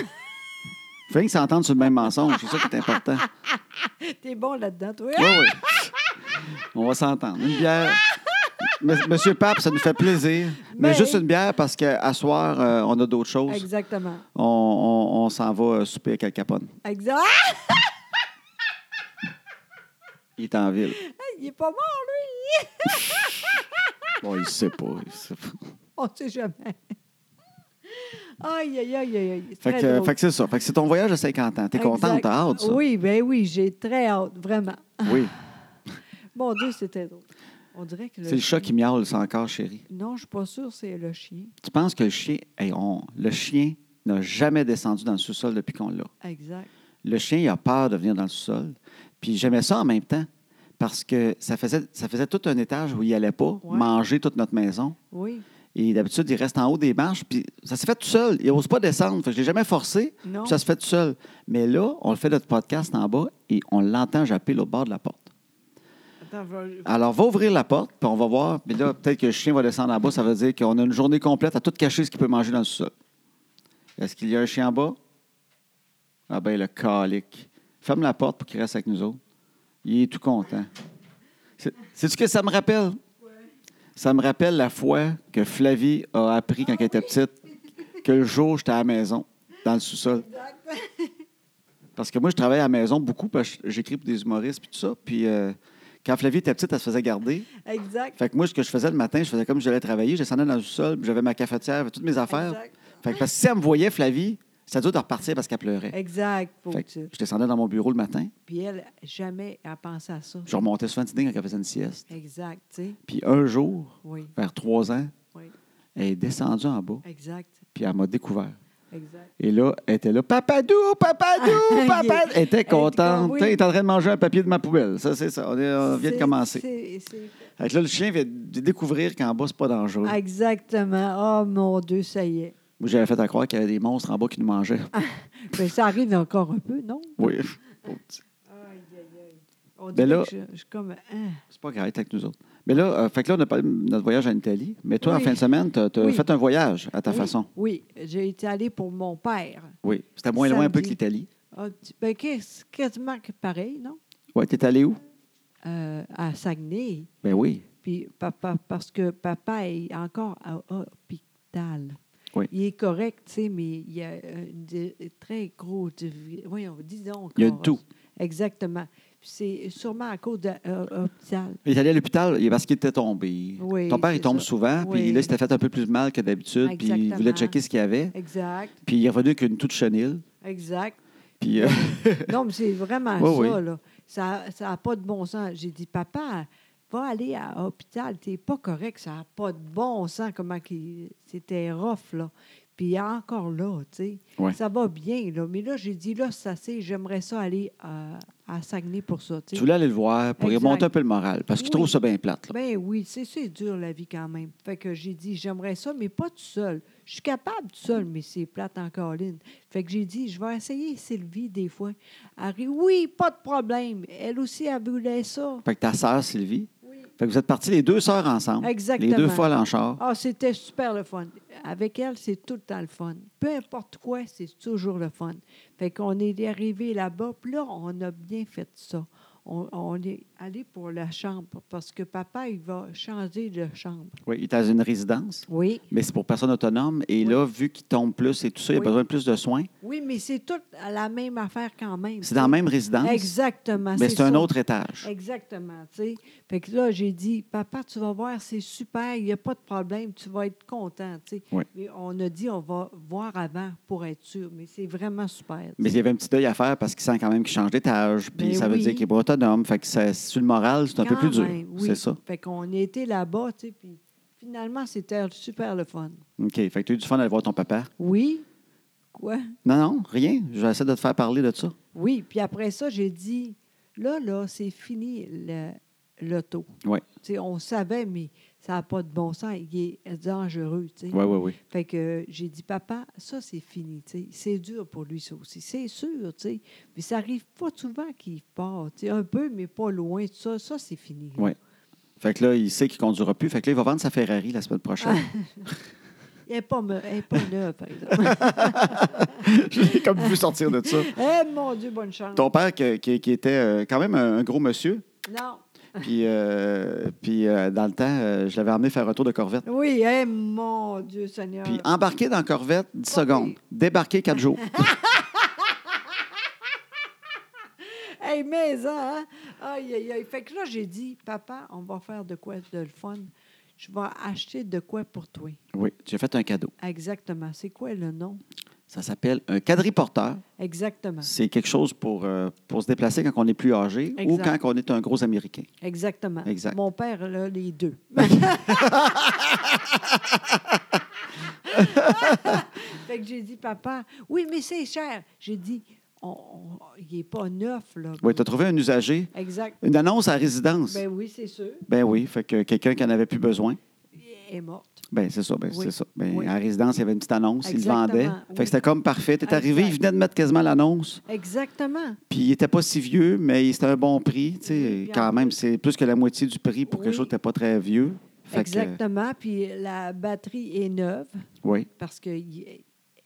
Fait qu'ils s'entendent sur le même mensonge. C'est ça qui est important. T'es bon là-dedans, toi. Oui, oui. On va s'entendre. Une bière. M- Monsieur Pape, ça nous fait plaisir. Mais, Mais- juste une bière parce qu'à soir, euh, on a d'autres choses. Exactement. on, on- on s'en va euh, souper avec Al Capone. Exact. Ah! Il est en ville. Il est pas mort, lui. Bon, il sait pas. il sait pas. On ne sait jamais. Aïe, aïe, aïe, aïe, aïe. C'est Fait très que, euh, drôle. fait que c'est ça. Fait que c'est ton voyage de 50 ans. T'es Exact. contente, t'as hâte, ça? Oui, ben oui, j'ai très hâte, vraiment. Oui. Mon Dieu, c'était drôle. On dirait que C'est le chat qui miaule, ça encore, chérie. Non, je ne suis pas sûre, c'est le chien. Tu penses que le chien... hey, on- Le chien n'a jamais descendu dans le sous-sol depuis qu'on l'a. Exact. Le chien, il a peur de venir dans le sous-sol. Puis j'aimais ça en même temps parce que ça faisait, ça faisait tout un étage où il allait pas Ouais. manger toute notre maison. Oui. Et d'habitude, il reste en haut des marches. Puis ça s'est fait tout seul. Il n'ose pas descendre. Fait que je l'ai jamais forcé. Non. Puis ça se fait tout seul. Mais là, on le fait notre podcast en bas et on l'entend japper l'autre bord de la porte. Attends, je- Alors, va ouvrir la porte, puis on va voir. Puis là, peut-être que le chien va descendre en bas. Ça veut dire qu'on a une journée complète à tout cacher ce qu'il peut manger dans le sol. Est-ce qu'il y a un chien en bas? Ah ben, le calique. Ferme la porte pour qu'il reste avec nous autres. Il est tout content. C'est- Sais-tu ce que ça me rappelle? Ça me rappelle la fois que Flavie a appris quand elle était petite que le jour, j'étais à la maison, dans le sous-sol. Parce que moi, je travaille à la maison beaucoup, parce que j'écris pour des humoristes, puis tout ça. Puis euh, quand Flavie était petite, elle se faisait garder. Exact. Fait que moi, ce que je faisais le matin, je faisais comme si j'allais travailler, je descendais dans le sous-sol, puis j'avais ma cafetière, j'avais toutes mes affaires. Exact. Fait que parce que si elle me voyait, Flavie, ça dur de repartir parce qu'elle pleurait. Exact. Faut Fait que que tu- je descendais dans mon bureau le matin, Puis elle, jamais à penser à ça. je remontais souvent dîner quand elle faisait une sieste. Exact, tu sais. Puis un jour, Oui, vers trois ans, oui. elle est descendue en bas, Exact. puis elle m'a découvert. Exact. Et là, elle était là, Papadou, Papadou, papa. Elle était contente. Ah, oui. Elle est en train de manger un papier de ma poubelle. Ça, c'est ça. On, est- on vient de C'est- commencer. c'est- c'est- Fait que là, le chien vient de découvrir qu'en bas, c'est pas dangereux. Exactement. Oh mon Dieu, ça y est. Moi, j'avais fait à croire qu'il y avait des monstres en bas qui nous mangeaient. Mais ça arrive encore un peu, non? Oui. Pauvre petit. Aïe, aïe, aïe. On dirait Ben là- que je, je suis comme. hein. C'est pas grave, t'es avec nous autres. Mais là, euh, fait que là, on a parlé de notre voyage en Italie. Mais toi, en Oui. fin de semaine, tu as, Oui. fait un voyage à ta Oui, façon. hein? Oui, j'ai été allée pour mon père. Oui. C'était moins loin un peu Samedi. que l'Italie. Un petit- ben, qu'est- quasiment que pareil, non? Oui, t'es allé où? Euh, à Saguenay. Ben oui. Puis papa, parce que papa est encore à hôpital. Oui. Il est correct, tu sais, mais il y a un di- très gros. divi- Voyons, disons. Il y a de encore. tout. Exactement. Puis C'est sûrement à cause de euh, hôpital. Il est allé à l'hôpital il- parce qu'il était tombé. Oui, Ton père, il c'est tombe ça. souvent, puis Oui. là, il s'était fait un peu plus mal que d'habitude, puis il voulait Exactement. checker ce qu'il y avait. Exact, Puis il est revenu avec une toute chenille. exact. Puis euh, Non, mais c'est vraiment Oui, ça, oui. là. Ça n'a pas de bon sens. J'ai dit, papa, va aller à l'hôpital, t'es pas correct, ça n'a pas de bon sens, comment qu'il- c'était rough, là. Puis encore là, tu sais, Ouais. ça va bien, là. Mais là, j'ai dit, là, ça c'est, j'aimerais ça aller euh, à Saguenay pour ça, tu tu sais. voulais aller le voir pour y Exact. remonter un peu le moral, parce qu'il Oui. trouve ça bien plate. là. Ben oui, c'est c'est dur la vie quand même. Fait que j'ai dit, j'aimerais ça, mais pas tout seul. Je suis capable tout seul, mais c'est plate en colline. Fait que j'ai dit, je vais essayer Sylvie des fois. Elle rit, oui, pas de problème. Elle aussi, elle voulait ça. Fait que ta sœur, Sylvie, Oui. fait que vous êtes partis les deux sœurs ensemble. Exactement. Les deux folles en char. Ah, c'était super le fun. Avec elle, c'est tout le temps le fun. Peu importe quoi, c'est toujours le fun. Fait qu'on est arrivé là-bas, puis là, on a bien fait ça. On, on est allé pour la chambre parce que papa, il va changer de chambre. Oui, il était dans une résidence, Oui. mais c'est pour personnes autonomes. Et Oui. là, vu qu'il tombe plus et tout ça, il a Oui. besoin de plus de soins. Oui, mais c'est toute la même affaire quand même. C'est dans la même résidence, Exactement. mais c'est un ça. autre étage. Exactement, tu sais. Fait que là, j'ai dit, papa, tu vas voir, c'est super, il n'y a pas de problème, tu vas être content, tu sais. Oui. Mais on a dit, on va voir avant pour être sûr, mais c'est vraiment super. tu Mais il y avait un petit deuil à faire parce qu'il sent quand même qu'il change d'étage, puis Ben ça veut oui. dire qu'il est pas autonome. Fait que ça- sur le moral, c'est un peu Quand plus dur. même, oui. C'est ça. Fait qu'on était là-bas, tu sais, puis finalement, c'était super le fun. OK. Fait que tu as eu du fun d'aller voir ton papa. Oui. Quoi? Non, non, rien. J'essaie de te faire parler de ça. Oui, puis après ça, j'ai dit, là, là, c'est fini le- l'auto. Oui. Tu sais, on savait, mais ça n'a pas de bon sens. Il est dangereux, tu sais. Oui, oui, oui. Fait que euh, j'ai dit, papa, ça, c'est fini, tu sais. C'est dur pour lui, ça aussi. C'est sûr, tu sais. Mais ça arrive pas souvent qu'il part, tu sais, un peu, mais pas loin, tout ça. Ça, c'est fini. là. Ouais. Fait que là, il sait qu'il ne conduira plus. Fait que là, il va vendre sa Ferrari la semaine prochaine. Ah. Elle n'est pas, me- elle est pas neuve, par exemple. J'ai comme pu sortir de ça. Eh, mon Dieu, bonne chance. Ton père, que- qui, qui était euh, quand même un un gros monsieur, Non. puis, euh, puis euh, dans le temps, euh, je l'avais emmené faire un tour de Corvette. Oui, eh, mon Dieu, Seigneur. Puis embarqué dans Corvette, 10 Ah. Pas secondes. pire. Débarqué 4 jours. Hey, mais hein? Aïe, aïe, aïe. Fait que là, j'ai dit, papa, on va faire de quoi de le fun. Je vais acheter de quoi pour toi. Oui, j'ai fait un cadeau. Exactement. C'est quoi le nom? Ça s'appelle un quadriporteur. Exactement. C'est quelque chose pour, euh, pour se déplacer quand on est plus âgé ou quand Exact. on est un gros Américain. Exactement. Exact. Mon père, là, les deux. fait que j'ai dit, papa, oui, mais c'est cher. J'ai dit, on, on- il n'est pas neuf, là. Oui, tu as trouvé un usager, Exact. une annonce à la résidence. Ben oui, c'est sûr. Ben oui, fait que quelqu'un qui n'en avait plus besoin. Elle est morte. Ben c'est ça, ben Oui. c'est ça. Ben, Oui. À la résidence, il y avait une petite annonce, Exactement, il vendait. oui. Fait que c'était comme parfait. T'es arrivé, il Exact. venait de mettre quasiment l'annonce. Exactement. Puis il était pas si vieux, mais c'était un bon prix. tu sais. Puis en Quand même, plus- c'est plus que la moitié du prix pour quelque Oui. chose qui n'était pas très vieux. Fait que, euh, Exactement. Puis la batterie est neuve oui. parce qu'il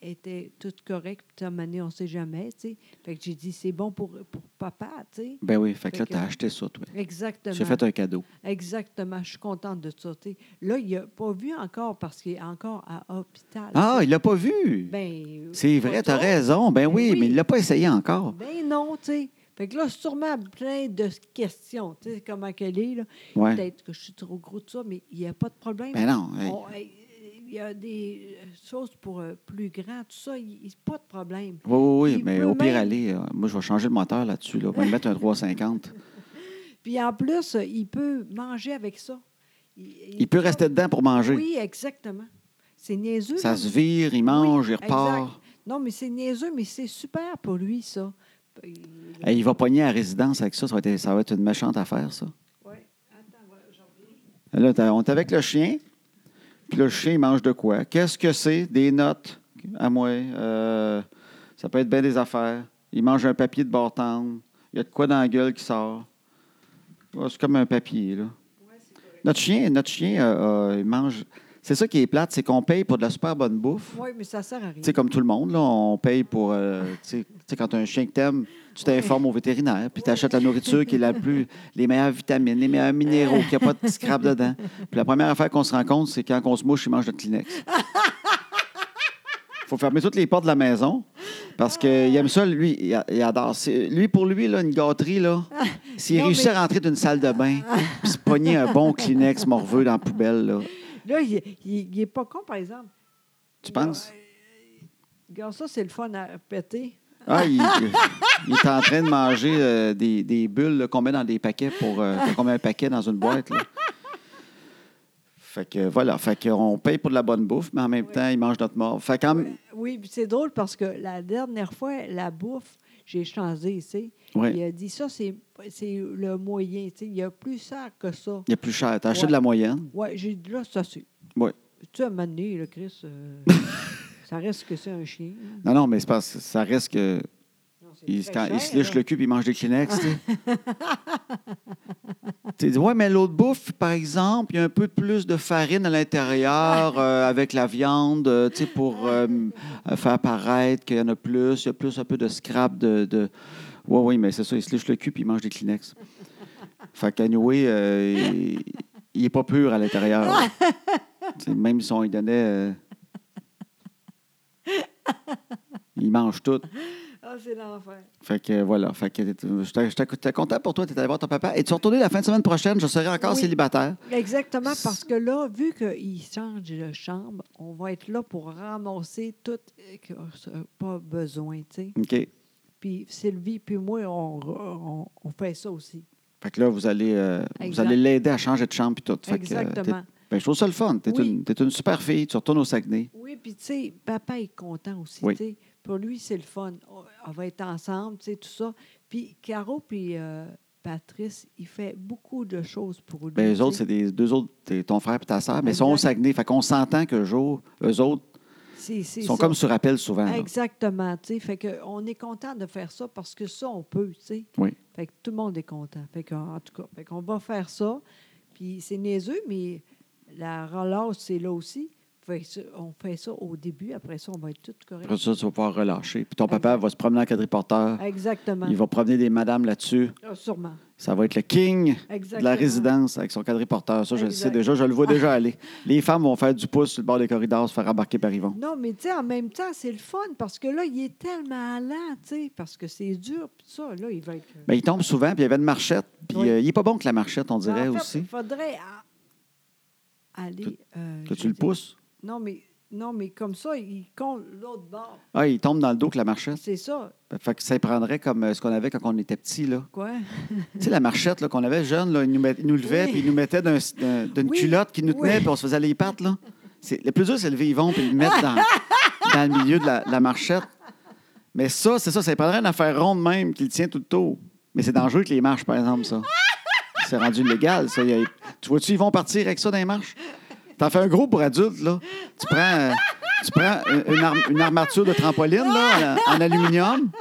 était tout correct. Puis à un moment donné, on ne sait jamais, tu sais. Fait que j'ai dit, c'est bon pour, pour papa, tu sais. Ben oui, fait que Fait là, que- t'as acheté ça, toi. Exactement. Tu as fait un cadeau. Exactement. Je suis contente de ça. tu sais. Là, il n'a pas vu encore parce qu'il est encore à l'hôpital. Ah, il l'a pas vu! Ben, C'est pas vrai, t'as trop. raison. Ben Ben oui, oui. mais il l'a pas essayé encore. Ben non, tu sais. Fait que là, sûrement plein de questions, tu sais, comment qu'elle est, là. Ouais. Peut-être que je suis trop gros de ça, mais il n'y a pas de problème. Ben non. hey. On- hey, il y a des choses pour euh, plus grand, tout ça, il il- pas de problème. Oui, oui, oui, Il mais peut au pire, même- aller, euh, moi, je vais changer le moteur là-dessus. Là. On va lui mettre un 350. Puis en plus, euh, il peut manger avec ça. Il peut rester dedans pour manger. Oui, exactement. C'est niaiseux. Ça là. se vire, il mange, il Oui, repart. exact. Non, mais c'est niaiseux, mais c'est super pour lui, ça. Il- Eh, il va pogner à résidence avec ça. Ça va être, ça va être une méchante affaire, ça. Ouais, attends, ouais, j'en reviens. Là, t'as- on est avec le chien. Puis le chien, il mange de quoi? Qu'est-ce que c'est? Des notes, à moi. euh, ça peut être bien des affaires. Il mange un papier de bord tendre. Il y a de quoi dans la gueule qui sort. Ouais, c'est comme un papier, là. Notre chien, notre chien euh, euh, il mange... C'est ça qui est plate, c'est qu'on paye pour de la super bonne bouffe. Oui, mais ça sert à rien. Tu sais, comme tout le monde, là, on paye pour. euh, tu sais- tu sais, quand tu as un chien que t'aimes, tu t'informes au vétérinaire, puis tu achètes la nourriture qui est la plus. les meilleures vitamines, les meilleurs minéraux, qu'il n'y a pas de petits scrap dedans. Puis la première affaire qu'on se rend compte, c'est quand on se mouche, il mange notre Kleenex. faut fermer toutes les portes de la maison parce qu'il aime ça, lui. Il, a- il adore. C'est- Lui, pour lui, là, une gâterie, là, s'il Non, réussit mais- à rentrer d'une salle de bain, puis se pogner un bon Kleenex morveux dans la poubelle, là, Là, il n'est pas con, par exemple. tu penses? Regarde, ça, c'est le fun à péter. Ah, il, il est en train de manger euh, des, des bulles là, qu'on met dans des paquets pour euh, qu'on met un paquet dans une boîte. là. Fait que voilà, fait qu'on paye pour de la bonne bouffe, mais en même temps, il mange notre mort. Fait quand Oui, puis c'est drôle parce que la dernière fois, la bouffe, j'ai changé, tu sais. Ouais. Il a dit ça, c'est c'est le moyen, tu sais. Il y a plus ça que ça. il est plus cher. T'as acheté Ouais. de la moyenne. Oui, j'ai dit là, ça c'est. Oui. Tu as mané, le Chris. euh, ça reste que c'est un chien. hein. Non, non, mais c'est parce que ça reste que. Non, c'est Il, se- très quand il se cher, hein? liche là. le cul puis il mange des Kleenex. tu sais. tu dis, ouais, mais l'autre bouffe, par exemple, il y a un peu plus de farine à l'intérieur euh, avec la viande, euh, tu sais, pour euh, euh, faire paraître qu'il y en a plus. Il y a plus un peu de scrap de. de... Oui, oui, mais c'est ça, il se liche le cul puis il mange des Kleenex. Fait qu'anyway, euh, il- il n'est pas pur à l'intérieur. Tu sais, même si on lui donnait. euh, Il mange tout. Ah, c'est l'enfer. Fait que euh, voilà. Fait que euh, j'étais j'étais- j'étais content pour toi, tu allé voir ton papa. Et tu es retourné la fin de semaine prochaine, je serai encore Oui. célibataire. Ben, Exactement, parce que là, vu qu'il change de chambre, on va être là pour ramasser tout euh, que- euh, pas besoin, tu sais. OK. Fait Puis Sylvie, puis moi, on, re- on, on fait ça aussi. que là, vous allez euh, vous Exact. allez l'aider à changer de chambre et tout. Fait que, euh, Exactement. t'es- ben, je trouve ça le fun. T'es Oui. une, t'es une super fille. Tu retournes au Saguenay. Oui, puis tu sais, papa est content aussi. Oui. tu sais. Pour lui, c'est le fun. On- On va être ensemble, tu sais, tout ça. Puis Caro, puis euh, Patrice, il fait beaucoup de choses pour lui. Ben, tu eux sais. autres, c'est des deux autres, t'es ton frère et ta sœur, mais ils sont au Exact. Saguenay. Fait qu'on s'entend que jour, eux autres, C'est- c'est ils sont ça. comme sur appel souvent. là. Exactement, tu sais. Fait que on est content de faire ça parce que ça, on peut, tu sais. Oui. Fait que tout le monde est content. Fait que, en tout cas, fait qu'on va faire ça. Puis c'est niaiseux, mais la relâche, c'est là aussi. Fait que ça- on fait ça au début. Après ça, on va être tout correct. Après ça, tu vas pouvoir relâcher. Puis ton papa Exact. va se promener en quadriporteur. Exactement. Il va promener des madames là-dessus. Ah, sûrement. Ça va être le king de Exactement. la résidence avec son quadriporteur. Ça, je le Exact. Ah. sais déjà, je le vois déjà aller. Les femmes vont faire du pouce sur le bord des corridors, se faire embarquer par Yvon. Non, mais tu sais, en même temps, c'est le fun parce que là, il est tellement lent, tu sais, parce que c'est dur. Puis ça, là, il va être. Ben, il tombe souvent, puis il y avait une marchette. Puis Oui. euh, il n'est pas bon que la marchette, on dirait En fait, aussi. Il faudrait a- aller. euh, Que je tu le dis- pousses. Non, mais, non, mais comme ça, il compte l'autre bord. Ah, il tombe dans le dos que la marchette. C'est ça, Fait que ça prendrait comme euh, ce qu'on avait quand on était petit. là. quoi? Tu sais, la marchette là, qu'on avait jeune, là, il, nous met- il nous levait, Oui. puis il nous mettait d'un- d'un- d'une Oui. culotte qui nous tenait, Oui. puis on se faisait les pattes. Là. C'est- le plus dur, c'est lever Yvon, puis le mettre dans, dans le milieu de la, la marchette. Mais ça, c'est ça, ça prendrait une affaire ronde même qui le tient tout le tour. Mais c'est dangereux que les marches, par exemple, ça. C'est rendu légal, ça. Il y a- tu vois-tu, ils vont partir avec ça dans les marches? T'en fais un gros pour adulte, là. Tu prends, euh, tu prends euh, une, une arm- une armature de trampoline, Ah, là, en, en aluminium.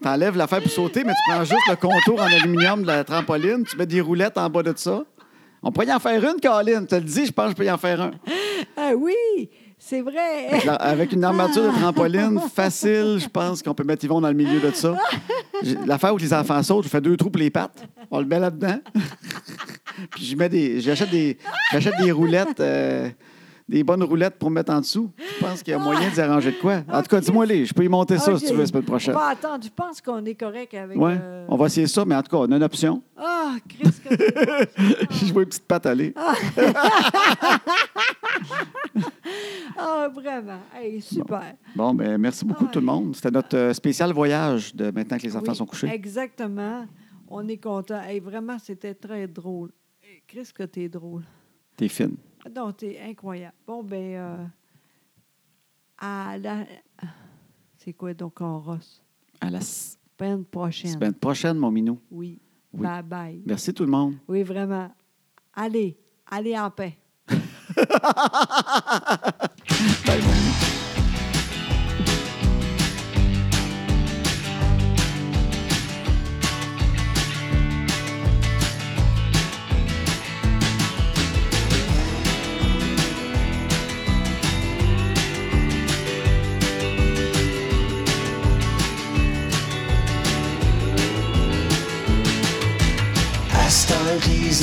T'enlèves l'affaire pour sauter, mais tu prends juste le contour en aluminium de la trampoline. Tu mets des roulettes en bas de ça. On pourrait y en faire une, Colin. Tu le dis, je pense que je peux y en faire un. Ah oui, c'est vrai. La- Avec une armature de trampoline facile, je pense qu'on peut mettre Yvon dans le milieu de ça. J'ai- L'affaire où les enfants sautent, je fais deux trous pour les pattes. On le met là-dedans. Puis je mets des. J'achète des. J'achète des roulettes. euh, des bonnes roulettes pour mettre en dessous. Je pense qu'il y a moyen de s'arranger de quoi. En tout cas, dis-moi les, je peux y monter ça si tu veux la semaine prochaine. Bon, attends, tu penses qu'on est correct avec. Ouais, euh, on va essayer ça, mais en tout cas, on a une option. Ah, Chris, que t'es- je vois une petite patte aller. Ah, vraiment. Hey, super. Bon, ben merci beaucoup tout le monde. C'était notre euh, spécial voyage de maintenant que les enfants Oui, sont couchés. Exactement. On est content. Hey, vraiment, c'était très drôle. Hey, Chris, que t'es drôle. T'es fine. Non, t'es incroyable. Bon, ben, euh, à la- C'est quoi donc on rosse? À la s- Peine prochaine. semaine prochaine, mon minou. Oui. Oui. Bye bye. Merci tout le monde. Oui, vraiment. Allez, allez en paix. Bye, mon minou. À ce temps que les